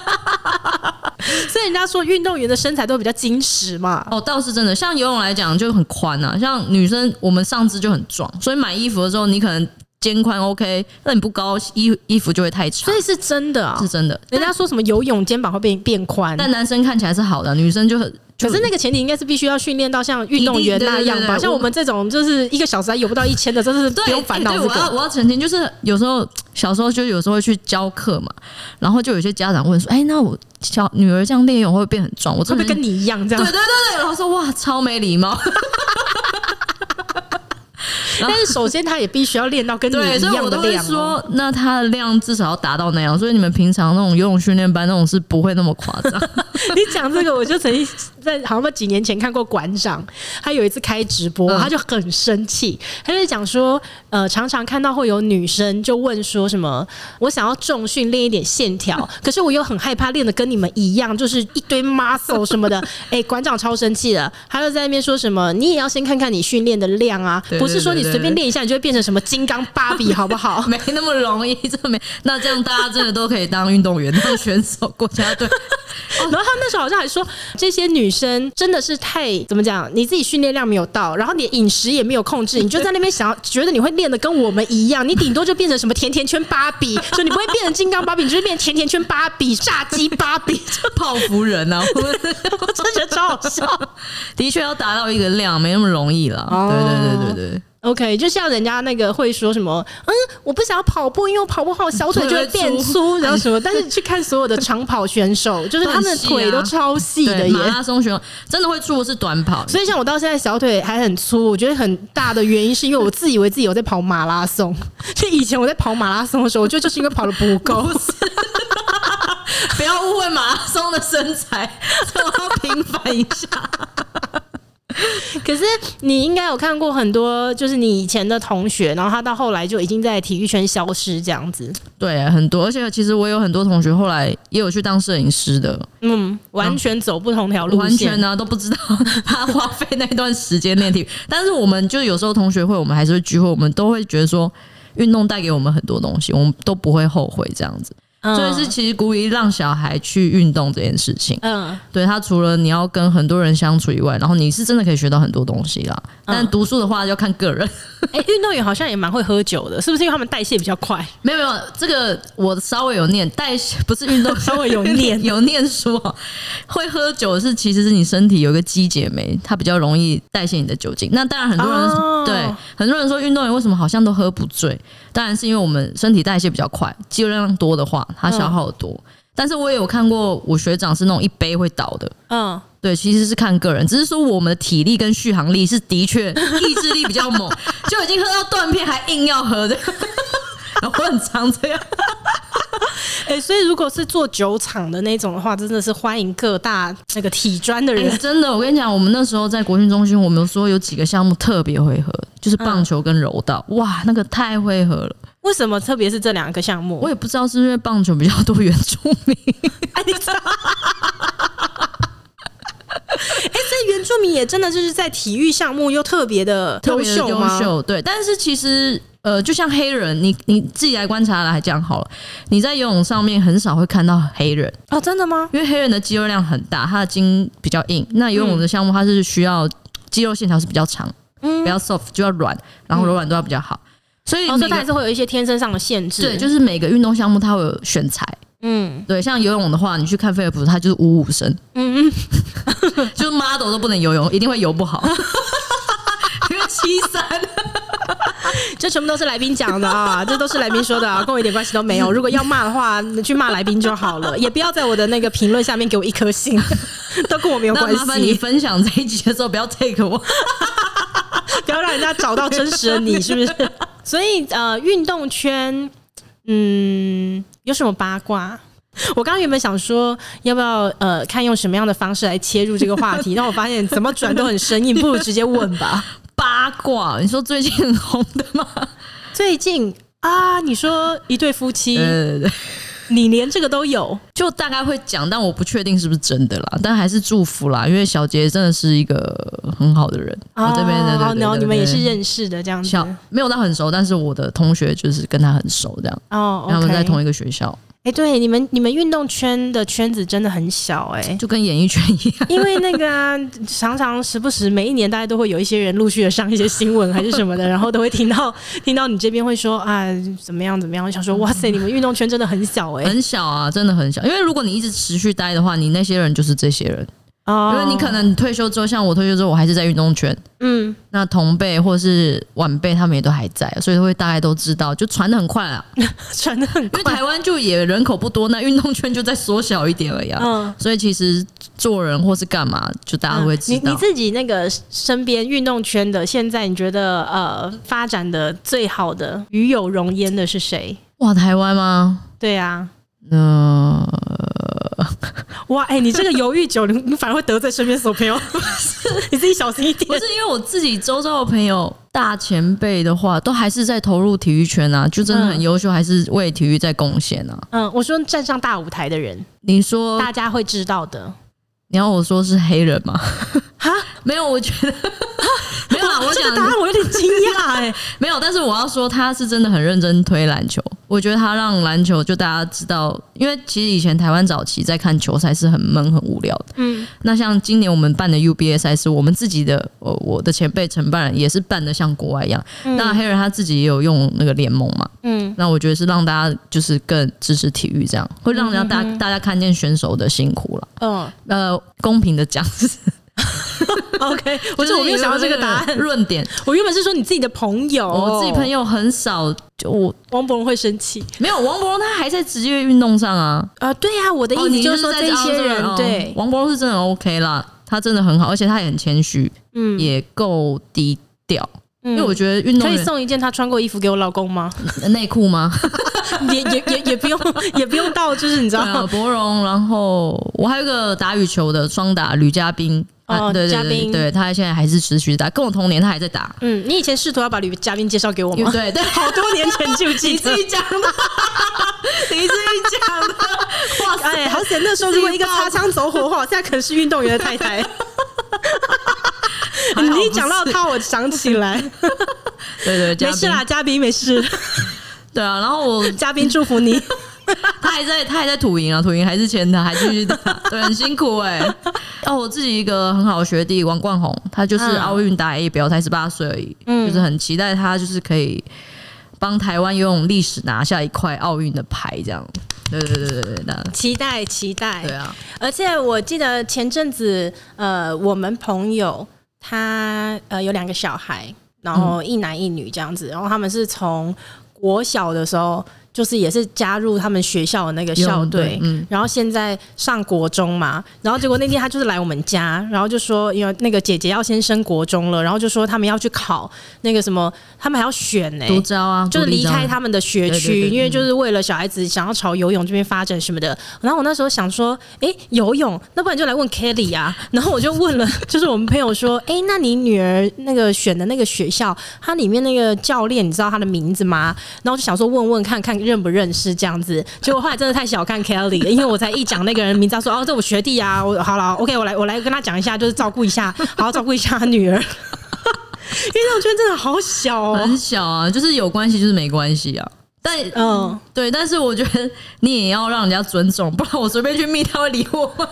Speaker 1: 所以人家说运动员的身材都比较矜持嘛。
Speaker 2: 哦，倒是真的，像游泳来讲就很宽啊，像女生我们上肢就很壮，所以买衣服的时候你可能肩宽 OK，那你不高衣衣服就会太长
Speaker 1: 所，以是真的啊、
Speaker 2: 是真的。
Speaker 1: 人家说什么游泳肩膀会变变宽，
Speaker 2: 但男生看起来是好的，女生就很就
Speaker 1: 可是那个前提应该是必须要训练到像运动员那样吧，
Speaker 2: 一定对对对对
Speaker 1: 像我们这种就是一个小时还游不到一千的，真的是
Speaker 2: 对
Speaker 1: 不用烦恼
Speaker 2: 对
Speaker 1: 这
Speaker 2: 我要
Speaker 1: 个。
Speaker 2: 我要澄清，就是有时候小时候就有时候会去教课嘛，然后就有些家长问说，哎、那我小女儿这样练游泳会不会变很壮？我
Speaker 1: 会
Speaker 2: 真
Speaker 1: 不
Speaker 2: 的
Speaker 1: 会跟你一样这
Speaker 2: 对
Speaker 1: 样
Speaker 2: 对？对对，然后说哇，超没礼貌。
Speaker 1: 但是首先他也必须要练到跟你
Speaker 2: 对，
Speaker 1: 一
Speaker 2: 所以我
Speaker 1: 样的
Speaker 2: 都会
Speaker 1: 量、哦。
Speaker 2: 说，那它的量至少要达到那样。所以你们平常那种游泳训练班那种是不会那么夸 [LAUGHS] 张。
Speaker 1: [LAUGHS] 你讲这个，我就曾经在好像几年前看过馆长，他有一次开直播，
Speaker 2: 嗯
Speaker 1: 他就很生气，他就讲说，呃，常常看到会有女生就问说什么，我想要重训练一点线
Speaker 2: [LAUGHS]
Speaker 1: 条，可是我又很害怕练的跟你们一样，就是一堆 muscle 什么
Speaker 2: [LAUGHS]
Speaker 1: 的。哎、馆长超生气了，他就在那边说什么，你也要先看看你训练的量啊，
Speaker 2: 对
Speaker 1: 不是说你随
Speaker 2: 对对
Speaker 1: 便练一下你就会变成什么金刚芭比，好不好？
Speaker 2: 没那么容易，这没那这样大家真的都可以当运动员、当选手、国家队。
Speaker 1: [LAUGHS] 然后他那时候好像还说，这些女生真的是太怎么讲，你自己训练量没有到，然后你的饮食也没有控制，你就在那边想要觉得你会练的跟我们一样，你顶多就变成什么甜甜圈芭比， [LAUGHS] 所以你不会变成金刚芭比，你就是变成甜甜圈芭比、炸鸡芭比，
Speaker 2: 泡芙人 [LAUGHS] 啊，我
Speaker 1: 我真的觉得超好笑。
Speaker 2: 的确要达到一个量，没那么容易啦。
Speaker 1: 哦
Speaker 2: 对对对对对，
Speaker 1: [LAUGHS] OK，就像人家那个会说什么，嗯，我不想要跑步，因为我跑步后小腿就会变粗，然后什么，但是你去看所有的长跑选手，就是他们 [LAUGHS] 的腿都超细的
Speaker 2: 对
Speaker 1: 耶
Speaker 2: 马。拉松选手真的会出的是短跑， [LAUGHS]
Speaker 1: 所以像我到现在小腿还很粗，我觉得很大的原因是因为我自以为自己有在跑马拉松。 [LAUGHS] 就以前我在跑马拉松的时候，我觉得就是因为跑的不够。
Speaker 2: 不要误会马拉松的身材， [LAUGHS] 这我要平反一下。
Speaker 1: 可是你应该有看过很多，就是你以前的同学，然后他到后来就已经在体育圈消失这样子。
Speaker 2: 对，很多，而且其实我有很多同学后来也有去当摄影师的，
Speaker 1: 嗯，完全走不同条路线。
Speaker 2: 完全呢、都不知道 [LAUGHS] 他花费那段时间练体育。但是我们就有时候同学会，我们还是会聚会，我们都会觉得说，运动带给我们很多东西，我们都不会后悔这样子。
Speaker 1: 嗯，
Speaker 2: 所以是其实鼓励让小孩去运动这件事情。
Speaker 1: 嗯，
Speaker 2: 对他除了你要跟很多人相处以外，然后你是真的可以学到很多东西啦。但
Speaker 1: 嗯
Speaker 2: 读书的话要看个人，
Speaker 1: 哎、运动员好像也蛮会喝酒的，是不是因为他们代谢比较快？
Speaker 2: 没有没有，这个我稍微有念，但不是运动，
Speaker 1: [LAUGHS] 稍微有念
Speaker 2: [LAUGHS] 有念书哦。会喝酒是其实是你身体有一个肌解酶，它比较容易代谢你的酒精。那当然很多人、
Speaker 1: 哦
Speaker 2: 对很多人说运动员为什么好像都喝不醉，当然是因为我们身体代谢比较快，肌肉量多的话，它消耗得多。
Speaker 1: 嗯
Speaker 2: 但是我也有看过，我学长是那种一杯会倒的，
Speaker 1: 嗯，
Speaker 2: 对，其实是看个人，只是说我们的体力跟续航力是的确意志力比较猛，就已经喝到断片还硬要喝的，然后我很常这样。
Speaker 1: 哎、所以如果是做酒厂的那种的话，真的是欢迎各大那个体专的
Speaker 2: 哎
Speaker 1: 人。
Speaker 2: 真的，我跟你讲，我们那时候在国训中心，我们说有几个项目特别会合，就是棒球跟柔道，哇，那个太会合了。
Speaker 1: 为什么特别是这两个项目？
Speaker 2: 我也不知道是不是因为棒球比较多原住民，
Speaker 1: [LAUGHS] 哎，你知道哎，这原住民也真的就是在体育项目又特别的
Speaker 2: 特别的
Speaker 1: 秀
Speaker 2: 优
Speaker 1: 吗？
Speaker 2: 秀，对。但是其实，呃，就像黑人，你你自己来观察来讲好了，你在游泳上面很少会看到黑人。
Speaker 1: 哦，真的吗？
Speaker 2: 因为黑人的肌肉量很大，他的筋比较硬。那游泳的项目，它是需要肌肉线条是比较长，
Speaker 1: 嗯
Speaker 2: 比较 soft 就要软，然后柔软度要比较好。嗯所以
Speaker 1: 哦，所
Speaker 2: 每
Speaker 1: 以它还
Speaker 2: 个
Speaker 1: 是会有一些天生上的限制。
Speaker 2: 对，就是每个运动项目它会有选材。
Speaker 1: 嗯
Speaker 2: 对，像游泳的话，你去看菲尔普斯，他就是五五身，
Speaker 1: 嗯嗯，
Speaker 2: [LAUGHS] 就是 model 都不能游泳，一定会游不好。 [LAUGHS] 因为七三，
Speaker 1: 这全部都是来宾讲的
Speaker 2: [LAUGHS]
Speaker 1: 啊，这都是来宾说的啊，跟我一点关系都没有。
Speaker 2: 嗯
Speaker 1: 如果要骂的话，你去骂来宾就好了，也不要在我的那个评论下面给我一颗星， [LAUGHS] 都跟我没有
Speaker 2: 那
Speaker 1: 关
Speaker 2: 麻烦你
Speaker 1: 系。
Speaker 2: 分享这一集的时候不要 take 我。
Speaker 1: 不要让人家找到真实的 [LAUGHS] 你，是不是？所以呃，运动圈，嗯，有什么八卦？我刚刚原本想说，要不要呃，看用什么样的方式来切入这个话 [LAUGHS] 题，但我发现怎么转都很生硬，不如直接问 [LAUGHS] 吧。
Speaker 2: 八卦，你说最近很红的吗？
Speaker 1: 最近啊，你说一对夫妻，
Speaker 2: 呃，
Speaker 1: 你连这个都有，
Speaker 2: 就大概会讲，但我不确定是不是真的啦，但还是祝福啦，因为小杰真的是一个很好的人。我这边的，对
Speaker 1: 哦，
Speaker 2: 对
Speaker 1: 然后
Speaker 2: 对
Speaker 1: 你们也是
Speaker 2: 对
Speaker 1: 认识的这样子
Speaker 2: 小，没有到很熟，但是我的同学就是跟他很熟，这样
Speaker 1: 哦。
Speaker 2: 他们在
Speaker 1: OK
Speaker 2: 同一个学校，
Speaker 1: 哎，对，你们你们运动圈的圈子真的很小哎、
Speaker 2: 就跟演艺圈一样。
Speaker 1: 因为那个啊，常常时不时每一年大家都会有一些人陆续的上一些新闻还是什么的，然后都会听到听到你这边会说啊怎么样怎么样，我想说哇塞，你们运动圈真的很小哎、
Speaker 2: 很小啊，真的很小。因为如果你一直持续待的话，你那些人就是这些人。
Speaker 1: 哦
Speaker 2: 因为你可能退休之后，像我退休之后，我还是在运动圈，
Speaker 1: 嗯，
Speaker 2: 那同辈或是晚辈他们也都还在，所以会大概都知道，就传的很快啊。
Speaker 1: 传的很
Speaker 2: 因为
Speaker 1: 快，
Speaker 2: 台湾就也人口不多，那运动圈就再缩小一点而已啊。
Speaker 1: 嗯，
Speaker 2: 所以其实做人或是干嘛，就大家会知
Speaker 1: 你
Speaker 2: 道。
Speaker 1: 你自己那个身边运动圈的，现在你觉得呃发展的最好的与有容焉的是谁？
Speaker 2: 哇，台湾吗？
Speaker 1: 对啊，
Speaker 2: 嗯、
Speaker 1: 哇，哎、你这个犹豫久，你你反而会得罪身边所朋友， [LAUGHS] 你自己小心一
Speaker 2: 不
Speaker 1: 点。
Speaker 2: 是因为我自己周遭的朋友大前辈的话，都还是在投入体育圈啊，就真的很优秀，还是为体育在贡献啊。
Speaker 1: 嗯，我说站上大舞台的人，
Speaker 2: 你说
Speaker 1: 大家会知道的。
Speaker 2: 你要我说是黑人吗？
Speaker 1: 哈，
Speaker 2: [LAUGHS] 没有，我觉 [LAUGHS] 得没有啦。我
Speaker 1: 这
Speaker 2: 讲
Speaker 1: 个答案我有点惊
Speaker 2: [LAUGHS]
Speaker 1: 讶哎，
Speaker 2: 没有，但是我要说他是真的很认真推篮球。我觉得他让篮球就大家知道，因为其实以前台湾早期在看球赛是很闷很无聊的。
Speaker 1: 嗯，
Speaker 2: 那像今年我们办的 UBA 赛事，我们自己的我我的前辈承办人也是办的像国外一样。那黑人他自己也有用那个联盟嘛，
Speaker 1: 嗯，
Speaker 2: 那我觉得是让大家就是更支持体育，这样会让人家大、大家看见选手的辛苦了。
Speaker 1: 嗯
Speaker 2: 呃，公平的讲，
Speaker 1: ，OK，我 [LAUGHS] 说我没有想到这个答案，哦
Speaker 2: 就是有那个哦论点。
Speaker 1: 我原本是说你自己的朋友，
Speaker 2: 我自己朋友很少，就我
Speaker 1: 王博文会生气
Speaker 2: 没有王伯荣，他还在职业运动上啊。
Speaker 1: 啊，对啊，我的
Speaker 2: 哦，
Speaker 1: 意
Speaker 2: 你
Speaker 1: 思就是说
Speaker 2: 在
Speaker 1: 这一
Speaker 2: 讲
Speaker 1: 些
Speaker 2: 个
Speaker 1: 人
Speaker 2: 哦
Speaker 1: 对，
Speaker 2: 王伯荣是真的 OK 啦，他真的很好，而且他也很谦虚，
Speaker 1: 嗯，
Speaker 2: 也够低调。因为我
Speaker 1: 觉
Speaker 2: 觉得运动
Speaker 1: 可以
Speaker 2: 员
Speaker 1: 送一件他穿过衣服给我老公吗？ [LAUGHS]
Speaker 2: 内裤吗？
Speaker 1: 也也也也不用， [LAUGHS] 也不用到，就是你知
Speaker 2: 对
Speaker 1: 道 [LAUGHS]
Speaker 2: 啊，，博荣，然后我还有一个打羽球的双打吕嘉宾，啊
Speaker 1: 哦
Speaker 2: 对对
Speaker 1: 嘉
Speaker 2: 对
Speaker 1: 宾
Speaker 2: 对，他现在还是持续打，跟我同年他还在打，
Speaker 1: 嗯，你以前试图要把女嘉宾介绍给我
Speaker 2: 因为
Speaker 1: [LAUGHS] 吗？
Speaker 2: 对对，
Speaker 1: 哦好多年前就记
Speaker 2: [LAUGHS] 你自
Speaker 1: 得，
Speaker 2: 己讲的，你自己讲的，哇塞，
Speaker 1: 哎， [LAUGHS] 好险！那时候如果一个擦枪走火的话，我现在可能是运动员的太太。 [LAUGHS]
Speaker 2: 还好不
Speaker 1: 你
Speaker 2: 是
Speaker 1: 一讲到他，我想起来，
Speaker 2: 对对，嘉
Speaker 1: 没
Speaker 2: 宾
Speaker 1: 事啦，， [LAUGHS] 嘉宾没事， [LAUGHS]
Speaker 2: 对啊，然后我
Speaker 1: 嘉宾祝福你。
Speaker 2: 他还在，他还在土营啊，土营还是前台，还继续打，对，很辛苦哎、哦，我自己一个很好的学弟王冠宏，他就是
Speaker 1: 嗯
Speaker 2: 奥运打 A 标，才十八岁而已，
Speaker 1: 嗯
Speaker 2: 就是很期待他就是可以帮台湾游泳历史拿下一块奥运的牌，这样。对对对对对，那
Speaker 1: 期待期待
Speaker 2: 对啊，
Speaker 1: 而且我记得前阵子，呃，我们朋友他呃有两个小孩，然后一男一女这样子，然后他们是从国小的时候，就是也是加入他们学校的那个校队
Speaker 2: 游泳队，嗯
Speaker 1: 然后现在上国中嘛，然后结果那天他就是来我们家，然后就说因为那个姐姐要先升国中了，然后就说他们要去考那个什么，他们还要选呢、
Speaker 2: 独招啊，
Speaker 1: 哎就是
Speaker 2: 独立
Speaker 1: 离
Speaker 2: 招
Speaker 1: 开他们的学区，
Speaker 2: 对对对嗯
Speaker 1: 因为就是为了小孩子想要朝游泳这边发展什么的。然后我那时候想说，诶，游泳，那不然就来问 Kelly 啊。 [LAUGHS] 然后我就问了，就是我们朋友说，诶，那你女儿那个选的那个学校，它里面那个教练，你知道他的名字吗？然后就想说问问看看认不认识这样子。结果后来真的太小看 Kelly，了因为 [LAUGHS] 我才一讲那个人名字，他说哦，这我学弟啊，我好了，OK，我来我来跟他讲一下，就是照顾一下，好好照顾一下他女儿。 [LAUGHS] 运动圈真的好小哦，
Speaker 2: 很小啊，就是有关系就是没关系啊。但
Speaker 1: 嗯。
Speaker 2: 对，但是我觉得你也要让人家尊重，不然我随便去密他会理我 [LAUGHS] 吗？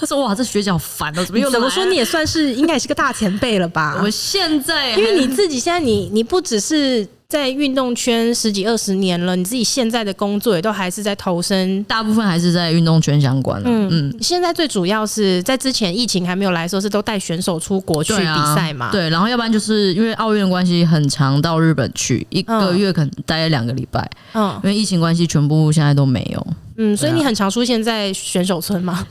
Speaker 2: 他说：“哇，这学姐好烦哦、怎么又来
Speaker 1: 怎
Speaker 2: 了
Speaker 1: 么说你也算是应该也是个大前辈了吧
Speaker 2: 我？现在
Speaker 1: 因为
Speaker 2: 还
Speaker 1: 你自己现在你你不只是在运动圈十几二十年了，你自己现在的工作也都还是在投身。
Speaker 2: 大部分还是在运动圈相关了。嗯，
Speaker 1: 嗯，现在最主要是在之前疫情还没有来的时候，是都带选手出国去
Speaker 2: 对啊
Speaker 1: 比赛嘛？，
Speaker 2: 对，然后要不然就是因为奥运的关系，很常到日本去，一个
Speaker 1: 嗯
Speaker 2: 月可能待两个礼拜，
Speaker 1: 嗯
Speaker 2: 因为疫情关系，全部现在都没有。
Speaker 1: 嗯，所以
Speaker 2: 对啊
Speaker 1: 你很常出现在选手村嘛，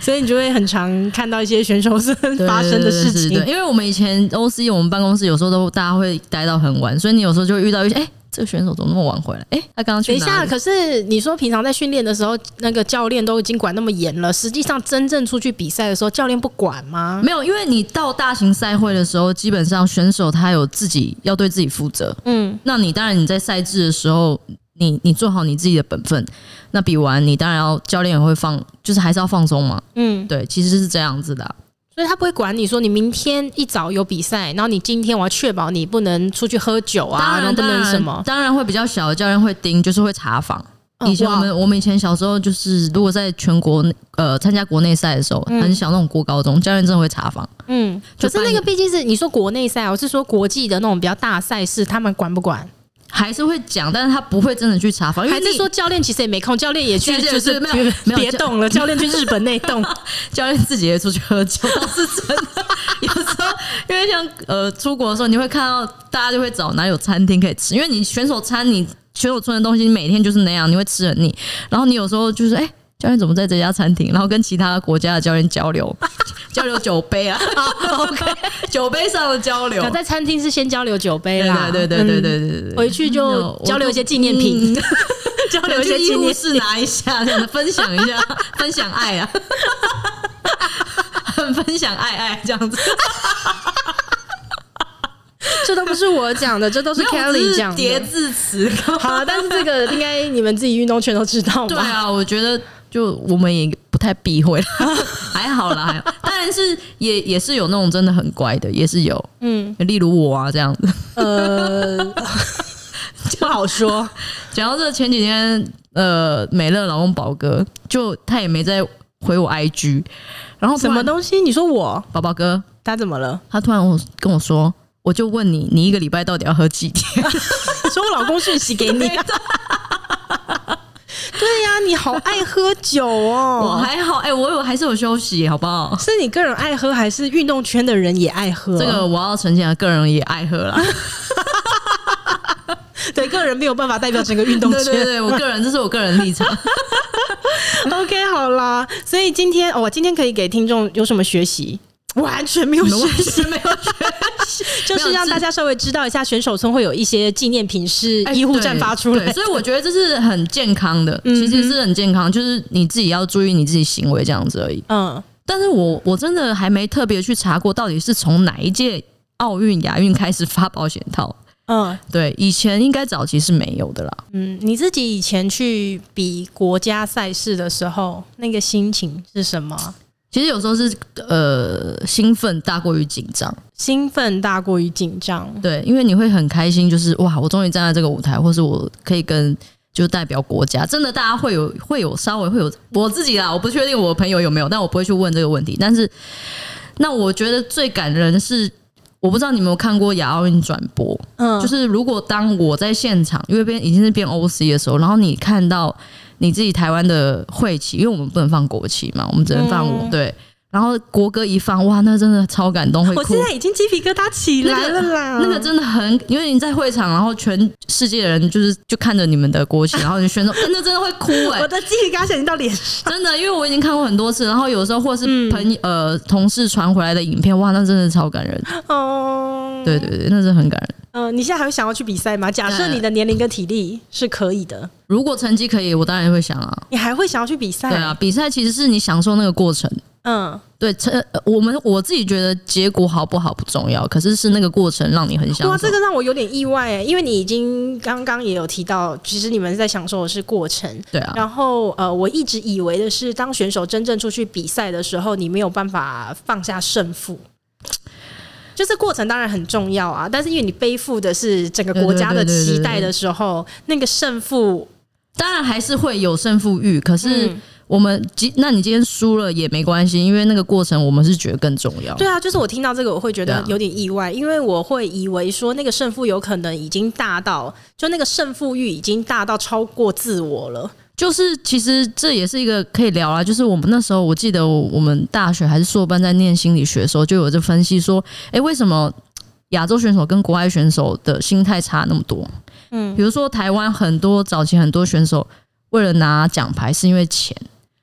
Speaker 1: 所以你就会很常看到一些选手村
Speaker 2: 对
Speaker 1: [LAUGHS] 发生的事
Speaker 2: 对对对
Speaker 1: 情
Speaker 2: 对。因为我们以前 OC 我们办公室有时候都大家会待到很晚，所以你有时候就会遇到一些，哎、这个选手怎么那么晚回来？哎、他刚刚去
Speaker 1: 等一
Speaker 2: 哪
Speaker 1: 下，
Speaker 2: 里
Speaker 1: 可是你说平常在训练的时候，那个教练都已经管那么严了，实际上真正出去比赛的时候，教练不管吗？
Speaker 2: 没有，因为你到大型赛会的时候，基本上选手他有自己要对自己负责。
Speaker 1: 嗯，
Speaker 2: 那你当然你在赛制的时候，你你做好你自己的本分。那比完，你当然要教练也会放，就是还是要放松嘛。
Speaker 1: 嗯，
Speaker 2: 对，其实是这样子的啊、
Speaker 1: 所以他不会管你说你明天一早有比赛，然后你今天我要确保你不能出去喝酒啊，
Speaker 2: 当然
Speaker 1: 不能什么。
Speaker 2: 当然会比较小的教练会盯，就是会查房。
Speaker 1: 嗯
Speaker 2: 以前我们、
Speaker 1: 哇
Speaker 2: 我们以前小时候就是，如果在全国内呃参加国内赛的时候，
Speaker 1: 嗯
Speaker 2: 很小那种国高中，教练真的会查房。
Speaker 1: 嗯，可
Speaker 2: 就是
Speaker 1: 那
Speaker 2: 办一
Speaker 1: 个毕竟是你说国内赛，我是说国际的那种比较大赛事，他们管不管？
Speaker 2: 还是会讲，但是他不会真的去查房，因为
Speaker 1: 还是
Speaker 2: 你
Speaker 1: 说教练其实也没空，教练也去
Speaker 2: 对对
Speaker 1: 就是
Speaker 2: 对没有没有
Speaker 1: 别
Speaker 2: 教
Speaker 1: 动了，教练去日本那动，
Speaker 2: 教练自己也出去喝酒，倒是真的。有时候因为像呃出国的时候，你会看到大家就会找哪有餐厅可以吃，因为你选手餐你选手村的东西，你每天就是那样，你会吃很腻。然后你有时候就是哎、 [LAUGHS] 教练怎么在这家餐厅？然后 [LAUGHS] 跟其他国家的教练交流， [LAUGHS] 交流酒杯啊 [LAUGHS] ，OK，酒杯上的交流
Speaker 1: 可。在餐厅是先交流酒杯
Speaker 2: 对
Speaker 1: 啦，
Speaker 2: 对对对对
Speaker 1: 嗯
Speaker 2: 对对对，
Speaker 1: 回去就交流一些纪念品， [LAUGHS] 交流
Speaker 2: 有
Speaker 1: 一些
Speaker 2: 些医
Speaker 1: 纪
Speaker 2: 务
Speaker 1: 念。
Speaker 2: 室拿一下，这样的分享一下， [LAUGHS] 分享爱啊， [LAUGHS] 很分享爱爱这样子。
Speaker 1: 这都不是我讲的，这都是
Speaker 2: 没有我只
Speaker 1: Kelly 讲
Speaker 2: 叠
Speaker 1: 的。
Speaker 2: 字词。 [LAUGHS]
Speaker 1: 好啊了，但是这个应该你们自己运动圈都知道
Speaker 2: 对
Speaker 1: 吧？
Speaker 2: 啊，我觉得就我们也不太避讳， [LAUGHS] 还好啦，还好。当然是也也是有那种真的很乖的，也是有，
Speaker 1: 嗯，
Speaker 2: 例如我啊这样子。 [LAUGHS]
Speaker 1: 呃， [LAUGHS] 不好说。
Speaker 2: 讲到这，前几天呃，美乐老公宝哥就他也没在回我 IG，然后突
Speaker 1: [LAUGHS] 什
Speaker 2: 然
Speaker 1: 么东西？你说我
Speaker 2: 宝宝哥
Speaker 1: 他怎么了？
Speaker 2: 他突然我跟我说，我就问你，你一个礼拜到底要喝几天？ [LAUGHS]
Speaker 1: 说我老公讯息给你。 [LAUGHS] 对呀、你好爱喝酒 [LAUGHS]
Speaker 2: 我
Speaker 1: 哦。
Speaker 2: 还好，哎、我有还是有休息，好不好？
Speaker 1: 是你个人爱喝，还是运动圈的人也爱喝？
Speaker 2: 这个我要澄清啊，个人也爱喝
Speaker 1: [LAUGHS]
Speaker 2: 啦。
Speaker 1: 对个人没有办法代表整个运动
Speaker 2: 对
Speaker 1: 圈。
Speaker 2: 对对，我个人这是我个人立场。
Speaker 1: [LAUGHS] OK，好啦，所以今天我、哦、今天可以给听众有什么学习？完全没有学习，
Speaker 2: 习没有学 [LAUGHS] 习，
Speaker 1: 就是让大家稍微知道一下选手村会有一些纪念品是医护站发出
Speaker 2: 哎
Speaker 1: 来
Speaker 2: 对
Speaker 1: 的。
Speaker 2: 对所以我觉得这是很健康的，
Speaker 1: 嗯哼
Speaker 2: 其实是很健康，就是你自己要注意你自己行为这样子而已。
Speaker 1: 嗯，
Speaker 2: 但是我我真的还没特别去查过，到底是从哪一届奥运、亚运开始发保险套。
Speaker 1: 嗯
Speaker 2: 对，以前应该早期是没有的啦。
Speaker 1: 嗯，你自己以前去比国家赛事的时候，那个心情是什么？
Speaker 2: 其实有时候是呃兴奋大过于紧张，
Speaker 1: 兴奋大过于紧张。
Speaker 2: 对，因为你会很开心，就是哇，我终于站在这个舞台，或是我可以跟就代表国家，真的大家会有会有稍微会有我自己啦，我不确定我朋友有没有，但我不会去问这个问题。但是，那我觉得最感人的是，我不知道你有没有看过亚奥运转播，
Speaker 1: 嗯，
Speaker 2: 就是如果当我在现场，因为变已经是变 OC 的时候，然后你看到你自己台湾的会旗，因为我们不能放国旗嘛，我们只能放我、
Speaker 1: 嗯
Speaker 2: 对。然后国歌一放，哇，那真的超感动，会
Speaker 1: 我
Speaker 2: 哭
Speaker 1: 现。在已经鸡皮疙瘩起来了啦。
Speaker 2: 那个真的很，因为你在会场，然后全世界的人就是就看着你们的国旗，然后你
Speaker 1: [LAUGHS]
Speaker 2: 宣誓，哎、那真的会哭哎、
Speaker 1: 我的鸡皮疙瘩已经到脸上。
Speaker 2: [LAUGHS] 真的，因为我已经看过很多次，然后有时候或是
Speaker 1: 嗯
Speaker 2: 朋友、呃同事传回来的影片，哇，那真的超感人，
Speaker 1: 嗯哦，
Speaker 2: 对对对，那真的很感人。
Speaker 1: 嗯、你现在还会想要去比赛吗？假设
Speaker 2: 嗯
Speaker 1: 你的年龄跟体力是可以的，
Speaker 2: 如果成绩可以，我当然会想啊，
Speaker 1: 你还会想要去比赛？
Speaker 2: 对啊，，比赛其实是你享受那个过程，
Speaker 1: 嗯，
Speaker 2: 对，成呃我们我自己觉得结果好不好不重要，可是是那个过程让你很享受。
Speaker 1: 哇，这个让我有点意外哎，因为你已经刚刚也有提到，其实你们在享受的是过程。
Speaker 2: 对啊，
Speaker 1: 然后呃，我一直以为的是，当选手真正出去比赛的时候，你没有办法放下胜负。就是过程当然很重要啊，但是因为你背负的是整个国家的
Speaker 2: 对对对对对
Speaker 1: 期待的时候，那个胜负，
Speaker 2: 当然还是会有胜负欲，可是。
Speaker 1: 嗯
Speaker 2: 我们今，那你今天输了也没关系，因为那个过程我们是觉得更重要。
Speaker 1: 对啊，就是我听到这个我会觉
Speaker 2: 对
Speaker 1: 得
Speaker 2: 啊
Speaker 1: 有点意外，因为我会以为说那个胜负有可能已经大到，就那个胜负欲已经大到超过自我了。
Speaker 2: 就是其实这也是一个可以聊啊，就是我们那时候我记得我们大学还是硕班在念心理学的时候，就有在分析说，诶，为什么亚洲选手跟国外选手的心态差那么多？
Speaker 1: 嗯
Speaker 2: 比如说台湾很多早期很多选手为了拿奖牌是因为钱，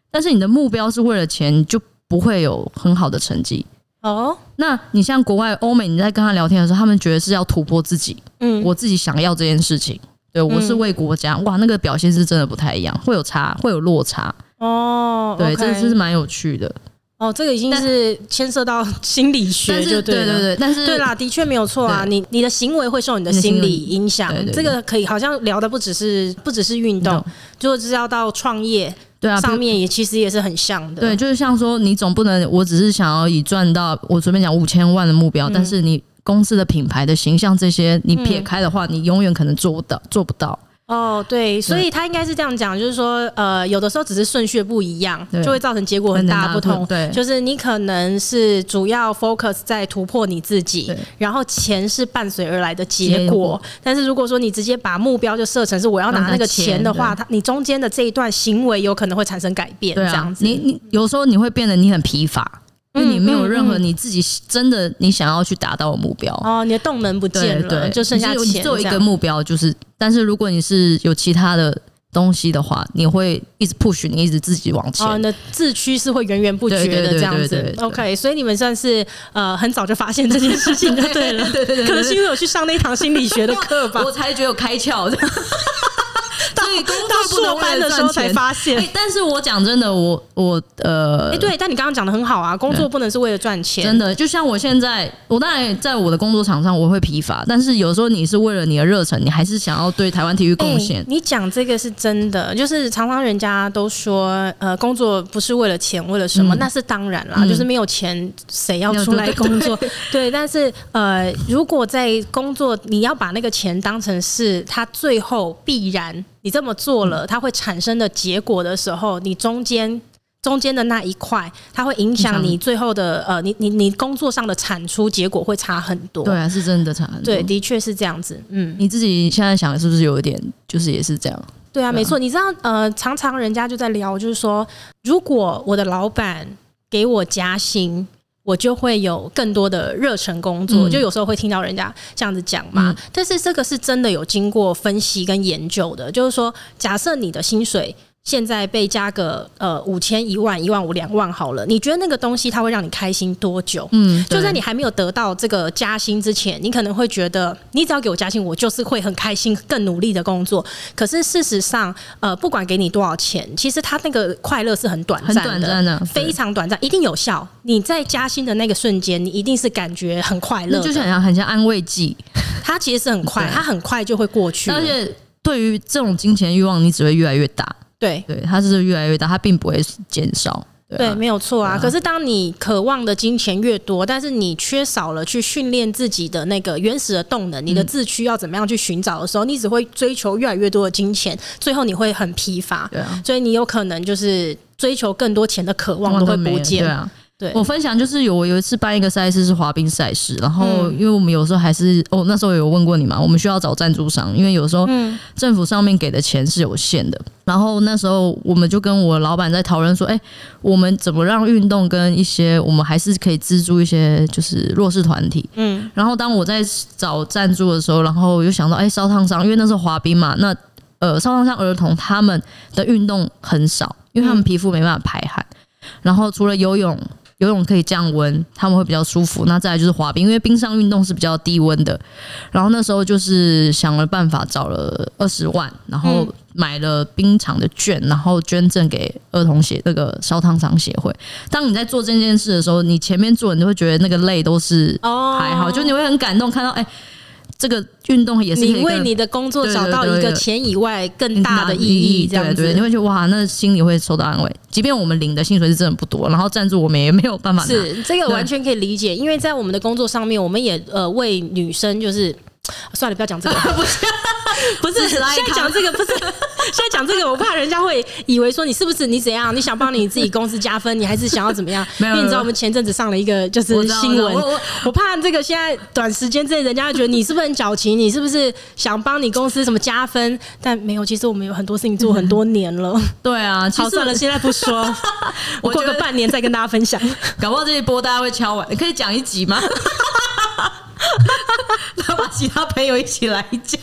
Speaker 2: 但是你的目标是为了钱，你就不会有很好的成绩。
Speaker 1: 哦，
Speaker 2: 那你像国外欧美，你在跟他聊天的时候，他们觉得是要突破自己，
Speaker 1: 嗯，
Speaker 2: 我自己想要这件事情。对，我是为国家，哇，那个表现是真的不太一样，会有差，会有落差。
Speaker 1: 哦，
Speaker 2: 对，
Speaker 1: OK
Speaker 2: 这这是蛮有趣的。
Speaker 1: 哦，这个已经
Speaker 2: 但
Speaker 1: 是牵涉到心理学
Speaker 2: 但
Speaker 1: 就是
Speaker 2: 对
Speaker 1: 了。
Speaker 2: 对对，但是
Speaker 1: 对啦，的确没有错啊，
Speaker 2: 对
Speaker 1: 你你的行为会受你的
Speaker 2: 你的
Speaker 1: 心
Speaker 2: 行为
Speaker 1: 理影响
Speaker 2: 对，对
Speaker 1: 这
Speaker 2: 对
Speaker 1: 个可以好像聊的不只是不只是运动
Speaker 2: 懂，
Speaker 1: 就是要到创业
Speaker 2: 对啊，比
Speaker 1: 上
Speaker 2: 如
Speaker 1: 面也其实也是很像的。
Speaker 2: 对，，就是像说，你总不能我只是想要以赚到我随便讲五千万的目
Speaker 1: 嗯
Speaker 2: 标，但是你公司的品牌的形象这些你撇开的话，你永远可能做不到，做不到。
Speaker 1: 哦，对，所以他应该是这样讲，就是说，呃，有的时候只是顺序不一样，
Speaker 2: 对
Speaker 1: 就会造成结果很大的不同。
Speaker 2: 很大的不对
Speaker 1: 就是你可能是主要 focus 在突破你自己
Speaker 2: 对，
Speaker 1: 然后钱是伴随而来的结
Speaker 2: 结
Speaker 1: 果。
Speaker 2: 果
Speaker 1: 但是如果说你直接把目标就设成是我要拿那个钱的话，
Speaker 2: 拿
Speaker 1: 它你中间的这一段行为有可能会产生改变，
Speaker 2: 对
Speaker 1: 这样
Speaker 2: 啊，
Speaker 1: 子。嗯
Speaker 2: 你你有时候你会变得你很疲乏，因为你没有任何你自己真的你想要去达到的目标。
Speaker 1: 哦，你的动能不见
Speaker 2: 对
Speaker 1: 了，
Speaker 2: 对，
Speaker 1: 就剩下
Speaker 2: 你只有你
Speaker 1: 钱
Speaker 2: 只有
Speaker 1: 这
Speaker 2: 一个
Speaker 1: 样。
Speaker 2: 目标，就是，但是如果你是有其他的东西的话，你会一直 push 你，一直自己往前。
Speaker 1: 哦，你的自驱是会源源不绝
Speaker 2: 对对
Speaker 1: 的
Speaker 2: 对
Speaker 1: 这样
Speaker 2: 对对
Speaker 1: 子
Speaker 2: 对。对
Speaker 1: OK，所以你们算是呃很早就发现这件事情就对了。
Speaker 2: [LAUGHS] 对对
Speaker 1: 可能是因为我去上那一堂心理
Speaker 2: [LAUGHS]
Speaker 1: 学的课吧
Speaker 2: 我，才觉得有
Speaker 1: [LAUGHS]
Speaker 2: 开窍的。所以工
Speaker 1: 到
Speaker 2: 作不能
Speaker 1: 硕班的时候才发现。
Speaker 2: 哎、但是我讲真的，我我呃，
Speaker 1: 哎、对，但你刚刚讲的很好啊，工作不能是为了赚钱，
Speaker 2: 真的，就像我现在，我当然在我的工作场上我会疲乏，但是有时候你是为了你的热忱，你还是想要对台湾体育贡献
Speaker 1: 欸。你讲这个是真的，就是常常人家都说，呃，工作不是为了钱，为了什么？
Speaker 2: 嗯
Speaker 1: 那是当然啦，
Speaker 2: 嗯
Speaker 1: 就是没有钱谁要
Speaker 2: 要
Speaker 1: 出来
Speaker 2: 对
Speaker 1: 工作？对，但是呃，如果在工作，你要把那个钱当成是他最后必然你这么做了，它会产生的结果的时候，你中间。中间的那一块，它会影响
Speaker 2: 影响
Speaker 1: 你最后的呃，你你你工作上的产出结果会差很多。
Speaker 2: 对啊，是真的差很多。
Speaker 1: 对，，的确是这样子。嗯，
Speaker 2: 你自己现在想是不是有一点，就是也是这样？
Speaker 1: 对啊，
Speaker 2: 对啊
Speaker 1: 没错，你知道，呃，常常人家就在聊，就是说，如果我的老板给我加薪，我就会有更多的热忱工作。
Speaker 2: 嗯
Speaker 1: 就有时候会听到人家这样子讲嘛，但是这个是真的有经过分析跟研究的，就是说，假设你的薪水。现在被加个呃五千一万一万五两万好了，你觉得那个东西它会让你开心多久？
Speaker 2: 嗯，
Speaker 1: 就
Speaker 2: 对
Speaker 1: 在你还没有得到这个加薪之前，你可能会觉得，你只要给我加薪，我就是会很开心、更努力的工作。可是事实上，呃，不管给你多少钱，其实他那个快乐是很短
Speaker 2: 很
Speaker 1: 暂
Speaker 2: 短
Speaker 1: 的，
Speaker 2: 暂的，
Speaker 1: 非常短暂，一定有效。你在加薪的那个瞬间，你一定是感觉很快乐
Speaker 2: 那
Speaker 1: 的，
Speaker 2: 就像很像安慰剂，
Speaker 1: 它其实是很快，
Speaker 2: 对
Speaker 1: 它很快就会过去了。
Speaker 2: 而且对于这种金钱欲望，你只会越来越大，
Speaker 1: 对，
Speaker 2: 对，它就是越来越大，它并不会减少。对
Speaker 1: 对，
Speaker 2: 啊
Speaker 1: 没有错啊。
Speaker 2: 对啊
Speaker 1: 可是当你渴望的金钱越多，但是你缺少了去训练自己的那个原始的动能，你的自驱要怎么样去寻找的时候，你只会追求越来越多的金钱，最后你会很疲乏，
Speaker 2: 对啊，
Speaker 1: 所以你有可能就是追求更多钱的渴望都会
Speaker 2: 没
Speaker 1: 不
Speaker 2: 了
Speaker 1: 见。
Speaker 2: 对啊，
Speaker 1: 对
Speaker 2: 我分享就是有我有一次办一个赛事是滑冰赛事，然
Speaker 1: 嗯
Speaker 2: 后因为我们有时候还是哦那时候有问过你嘛，我们需要找赞助商，因为有时
Speaker 1: 嗯
Speaker 2: 候政府上面给的钱是有限的。然后那时候我们就跟我老板在讨论说，哎、我们怎么让运动跟一些我们还是可以资助一些就是弱势团体。
Speaker 1: 嗯，
Speaker 2: 然后当我在找赞助的时候，然后我就想到，哎、烧烫伤，因为那时候滑冰嘛，那呃烧烫伤儿童他们的运动很少，因为他们皮肤没办法排汗。然后除了游泳，游泳可以降温，他们会比较舒服。那再来就是滑冰，因为冰上运动是比较低温的。然后那时候就是想了办法，找了二十万，然后
Speaker 1: 嗯
Speaker 2: 买了冰场的券，然后捐赠给儿童协那个烧烫伤协会。当你在做这件事的时候，你前面做你都会觉得那个累都是
Speaker 1: 哦，
Speaker 2: 还好，就你会很感动，看到哎、这个运动也是可以
Speaker 1: 你为
Speaker 2: 跟
Speaker 1: 你的工作
Speaker 2: 对对
Speaker 1: 找到
Speaker 2: 对
Speaker 1: 一个
Speaker 2: 对
Speaker 1: 钱以外更
Speaker 2: 很
Speaker 1: 大的意义，这样子。
Speaker 2: 对对，你会觉得哇，那心里会受到安慰。即便我们领的薪水是真的不多，然后赞助我们也没有办法拿，
Speaker 1: 是这个
Speaker 2: 对
Speaker 1: 完全可以理解，因为在我们的工作上面，我们也呃为女生就是。 [SNIFFS] 算了，不要
Speaker 2: [LAUGHS]
Speaker 1: 讲这个，不是， [LAUGHS] 不是，
Speaker 2: 自
Speaker 1: 现
Speaker 2: 己拉一
Speaker 1: 在讲这个不是，现在讲这个，我怕人家会以为说你是不是你怎样，你想帮你自己公司加分，你还是想要怎么样？
Speaker 2: [LAUGHS] 没
Speaker 1: 因
Speaker 2: 有
Speaker 1: 为你知道我们前阵子上了一个就是
Speaker 2: 我知道
Speaker 1: 新闻，
Speaker 2: 我知道
Speaker 1: [LAUGHS]
Speaker 2: 我
Speaker 1: 我
Speaker 2: 我
Speaker 1: 怕这个现在短时间之内人家会觉得你是不是很矫情，你是不是想帮你公司什么加分？但没有，其实我们有很多事情做很多年了。
Speaker 2: 对啊， [LAUGHS] 其
Speaker 1: 好，
Speaker 2: 实
Speaker 1: 算了，现在不
Speaker 2: [LAUGHS]
Speaker 1: 说，我
Speaker 2: 我
Speaker 1: 过
Speaker 2: 觉
Speaker 1: 个
Speaker 2: 得
Speaker 1: 半年再跟大家分享。
Speaker 2: 搞不好这一波大家会敲完，可以讲一集
Speaker 1: [LAUGHS]
Speaker 2: 吗？ [LAUGHS] 然后把其他朋友一起来讲，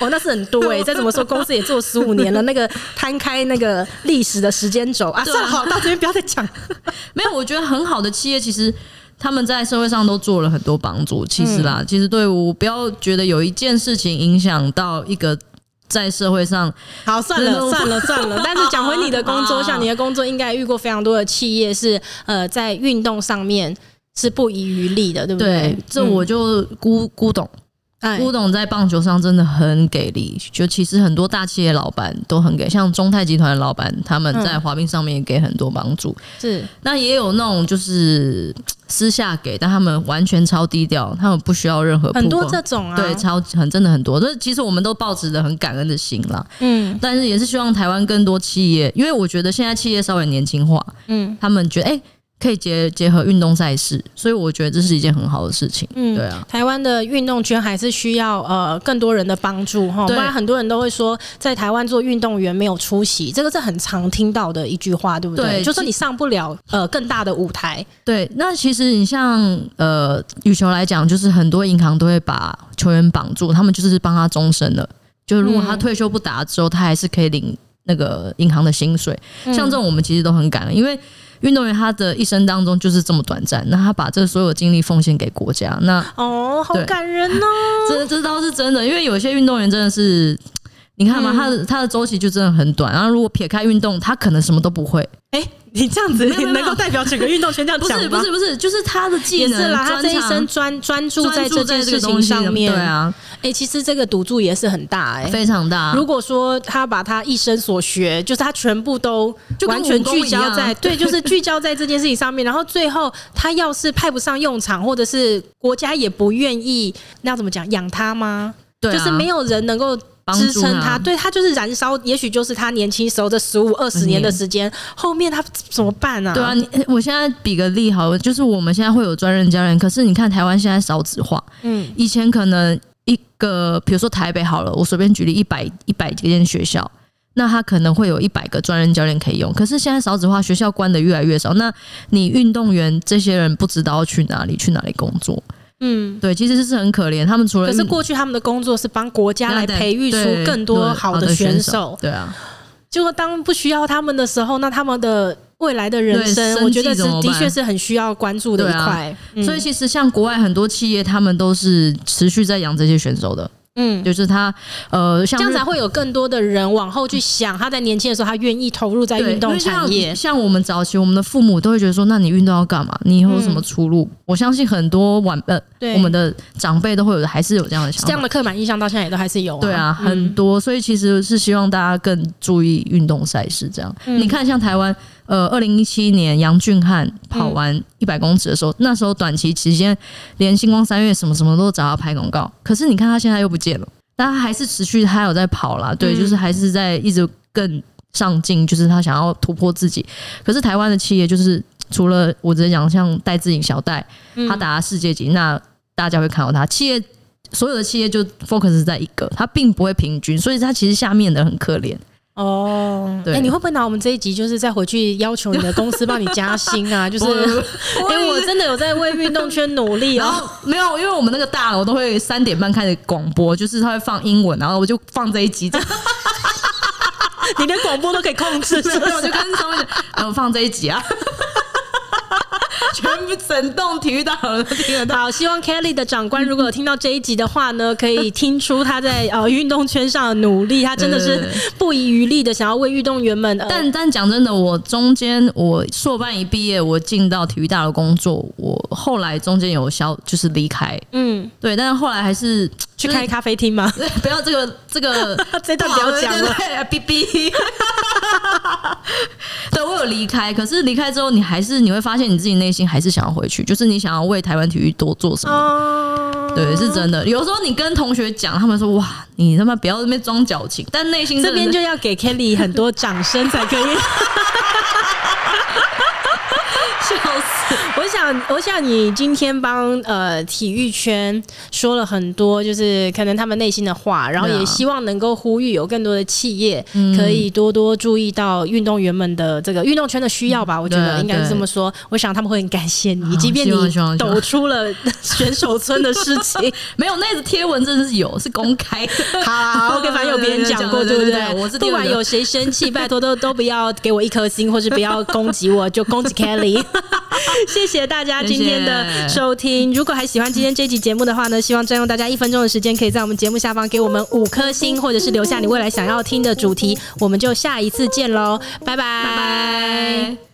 Speaker 1: 哦，那是很多哎、再怎么说，公司也做十五年了，那个摊开那个历史的时间轴啊，
Speaker 2: 对啊
Speaker 1: 算了，好，到这边不要再讲。
Speaker 2: 没有，我觉得很好的企业其实。他们在社会上都做了很多帮助，其
Speaker 1: 嗯
Speaker 2: 实啦，其实对我不要觉得有一件事情影响到一个在社会上
Speaker 1: 好，算
Speaker 2: [LAUGHS] 真的
Speaker 1: 了，
Speaker 2: 吗
Speaker 1: 算了，算了。但是讲回你的
Speaker 2: [LAUGHS]
Speaker 1: 工作，
Speaker 2: 啊
Speaker 1: 像你的工作，应该遇过非常多的企业是呃，在运动上面是不遗余力的，对不
Speaker 2: 对，这我就估、估懂。
Speaker 1: 嗯哎
Speaker 2: 乌董在棒球上真的很给力，就其实很多大企业老板都很给，像中泰集团的老板，他们在滑冰上面也给很多帮助。
Speaker 1: 是
Speaker 2: 那也有那种就是嘖私下给，但他们完全超低调，他们不需要任何
Speaker 1: 很
Speaker 2: 曝
Speaker 1: 多
Speaker 2: 光
Speaker 1: 这种啊，
Speaker 2: 对，超很真的很多。这其实我们都抱持着很感恩的心啦，
Speaker 1: 嗯
Speaker 2: 但是也是希望台湾更多企业，因为我觉得现在企业稍微年轻化，
Speaker 1: 嗯
Speaker 2: 他们觉得哎、诶可以结结合运动赛事，所以我觉得这是一件很好的事情。
Speaker 1: 嗯，
Speaker 2: 对啊。
Speaker 1: 台湾的运动圈还是需要呃更多人的帮助哈，不
Speaker 2: 对
Speaker 1: 然很多人都会说在台湾做运动员没有出息，这个是很常听到的一句话，对不
Speaker 2: 对
Speaker 1: 就说
Speaker 2: 其
Speaker 1: 你上不了呃更大的舞台，
Speaker 2: 对，那其实你像呃羽球来讲，就是很多银行都会把球员绑住，他们就是帮他终身了。就如果他
Speaker 1: 嗯
Speaker 2: 退休不打之后，他还是可以领那个银行的薪水。像这种我们其实都很感恩，因为运动员他的一生当中就是这么短暂，那他把这所有精力奉献给国家，那
Speaker 1: 哦，好
Speaker 2: 对
Speaker 1: 感人哦，
Speaker 2: 这这倒是真的，因为有些运动员真的是。你看嘛，他的他的周期就真的很短。然后如果撇开运动，他可能什么都不会。
Speaker 1: 哎、你这样子
Speaker 2: [LAUGHS] 有没有
Speaker 1: 能够代表整个运动圈这样
Speaker 2: 不
Speaker 1: 讲
Speaker 2: 是
Speaker 1: 吗
Speaker 2: 不是不是，就是他的技
Speaker 1: 也
Speaker 2: 能
Speaker 1: 是啦，他这一
Speaker 2: 专长
Speaker 1: 生专专注在
Speaker 2: 专注
Speaker 1: 这
Speaker 2: 在
Speaker 1: 件
Speaker 2: 这
Speaker 1: 事
Speaker 2: 个
Speaker 1: 情
Speaker 2: 东西
Speaker 1: 上面，
Speaker 2: 对啊，
Speaker 1: 哎、其实这个赌注也是很大哎、
Speaker 2: 非常大。
Speaker 1: 如果说他把他一生所学，就是他全部都
Speaker 2: 就跟
Speaker 1: 完全
Speaker 2: 武功
Speaker 1: 聚
Speaker 2: 一样啊
Speaker 1: 焦在，对，就是聚焦在这件事情上面。然后最后他要是派不上用场，或者是国家也不愿意，那要怎么讲养他吗？
Speaker 2: 对啊
Speaker 1: 就是没有人能够。
Speaker 2: 帮
Speaker 1: 支
Speaker 2: 助
Speaker 1: 撑他，
Speaker 2: 他
Speaker 1: 对他就是燃烧，也许就是他年轻时候这十五二十年的时间，后面他怎么办啊？
Speaker 2: 对啊，，你我现在比个例好了，就是我们现在会有专任教练，可是你看台湾现在少子化，
Speaker 1: 嗯
Speaker 2: 以前可能一个，比如说台北好了，我随便举例一百一百间学校，那他可能会有一百个专任教练可以用，可是现在少子化，学校关的越来越少，那你运动员这些人不知道要去哪里，去哪里工作，
Speaker 1: 嗯。
Speaker 2: 对，其实是很可怜，他们除了
Speaker 1: 可是过去他们的工作是帮国家来培育出
Speaker 2: 对
Speaker 1: 更多
Speaker 2: 对
Speaker 1: 好
Speaker 2: 好
Speaker 1: 的
Speaker 2: 的
Speaker 1: 选手
Speaker 2: 手，，对啊，
Speaker 1: 结果当不需要他们的时候，那他们的未来的人
Speaker 2: 对生
Speaker 1: 生，
Speaker 2: 计
Speaker 1: 我觉得是
Speaker 2: 怎么办啊
Speaker 1: 的确是很需要关注的一块。嗯
Speaker 2: 所以其实像国外很多企业，他们都是持续在养这些选手的，
Speaker 1: 嗯，
Speaker 2: 就是他呃，像
Speaker 1: 这样
Speaker 2: 日
Speaker 1: 才会有更多的人往后去想，他在年轻的时候，他愿意投入在
Speaker 2: 对
Speaker 1: 运动产
Speaker 2: 因为
Speaker 1: 业。
Speaker 2: 像像我们早期，我们的父母都会觉得说，那你运动要干嘛？你以后有什么出路？我相信很多晚呃，
Speaker 1: 嗯对，
Speaker 2: 我们的长辈都会有，还是有这样的想法。
Speaker 1: 这样的刻板印象到现在也都还是有、
Speaker 2: 对啊，
Speaker 1: 嗯
Speaker 2: 很多，所以其实是希望大家更注意运动赛事。这样，
Speaker 1: 嗯
Speaker 2: 你看，像台湾，呃，二零一七年杨俊翰跑完一百公尺的时候，那时候短期期间，连星光三月什么什么都找他拍广告，可是你看他现在又不见了，但他还是持续，他有在跑啦，对，
Speaker 1: 嗯
Speaker 2: 就是还是在一直更上进，就是他想要突破自己。可是台湾的企业就是。除了我直接讲，像戴志颖、小戴，
Speaker 1: 嗯
Speaker 2: 他打世界级，那大家会看到他。企业所有的企业就 focus 在一个，它并不会平均，所以它其实下面的很可怜。
Speaker 1: 哦，哎、
Speaker 2: 对
Speaker 1: 你会不会拿我们这一集就是再回去要求你的公司帮你加薪啊？
Speaker 2: [LAUGHS]
Speaker 1: 就是，哎、我真的有在为运动圈努力
Speaker 2: 然
Speaker 1: 哦。
Speaker 2: 后没有，因为我们那个大楼都会三点半开始广播，就是它会放英文，然后我就放这一集，这样
Speaker 1: 你连广播都可以控制，
Speaker 2: [LAUGHS] 对啊
Speaker 1: 是不？
Speaker 2: 我就是跟他们讲，呃，我放这一集啊。 [LAUGHS] 全部整栋体育大楼都听得到，
Speaker 1: 好，希望 Kelly 的长官如果有听到这一集的话呢，可以听出他在呃运动圈上的努力，他真的
Speaker 2: 对
Speaker 1: 是
Speaker 2: 对
Speaker 1: 不遗余力的想要为运动员们。呃、
Speaker 2: 但但讲真的，我中间我硕班一毕业，我进到体育大楼工作，我后来中间有消就是离开，
Speaker 1: 嗯，
Speaker 2: 对，但是后来还是 [LAUGHS]
Speaker 1: 去
Speaker 2: 就是
Speaker 1: 开咖啡厅吗？
Speaker 2: 对，不要这个这个
Speaker 1: [LAUGHS] 这段不要讲 [LAUGHS] 了
Speaker 2: 对对对哔哔。对我有离开，可是离开之后，你还是你会发现你自己内心还是想要回去，就是你想要为台湾体育多做什么。
Speaker 1: 哦，
Speaker 2: 对，是真的。有时候你跟同学讲，他们说：“哇，你他妈不要在那边装矫情。”但内心
Speaker 1: 这
Speaker 2: 真的
Speaker 1: 边
Speaker 2: 是
Speaker 1: 就要给 Kelly 很多掌声才可以。
Speaker 2: 笑死。
Speaker 1: 我想，我想你今天帮呃体育圈说了很多，就是可能他们内心的话，然后
Speaker 2: 对啊
Speaker 1: 也希望能够呼吁有更多的企业可以多多注意到运动员们的这个运动圈的需要吧。我觉
Speaker 2: 对
Speaker 1: 得
Speaker 2: 啊
Speaker 1: 应该是这么说。我想他们会很感谢你，
Speaker 2: 啊
Speaker 1: 即便你
Speaker 2: 希望希望希望
Speaker 1: 抖出了选手村的事情。
Speaker 2: [LAUGHS] 没有那个贴文真的是有，是公开的。
Speaker 1: 好啊，OK，反正 [LAUGHS] 有别人讲过，
Speaker 2: 对
Speaker 1: 不
Speaker 2: 对对
Speaker 1: 对？
Speaker 2: 对我是第
Speaker 1: 不
Speaker 2: 二个
Speaker 1: 管有谁生气，拜托都都不要给我一颗星，或是不要攻击我，就攻击 Kelly。谢谢大家今天的收听。如果还喜欢今天这集节目的话呢，希望占用大家一分钟的时间，可以在我们节目下方给我们五颗星，或者 [LAUGHS] 是留下你未来想要听的主题。我们就下一次见喽，拜拜。
Speaker 2: 拜拜。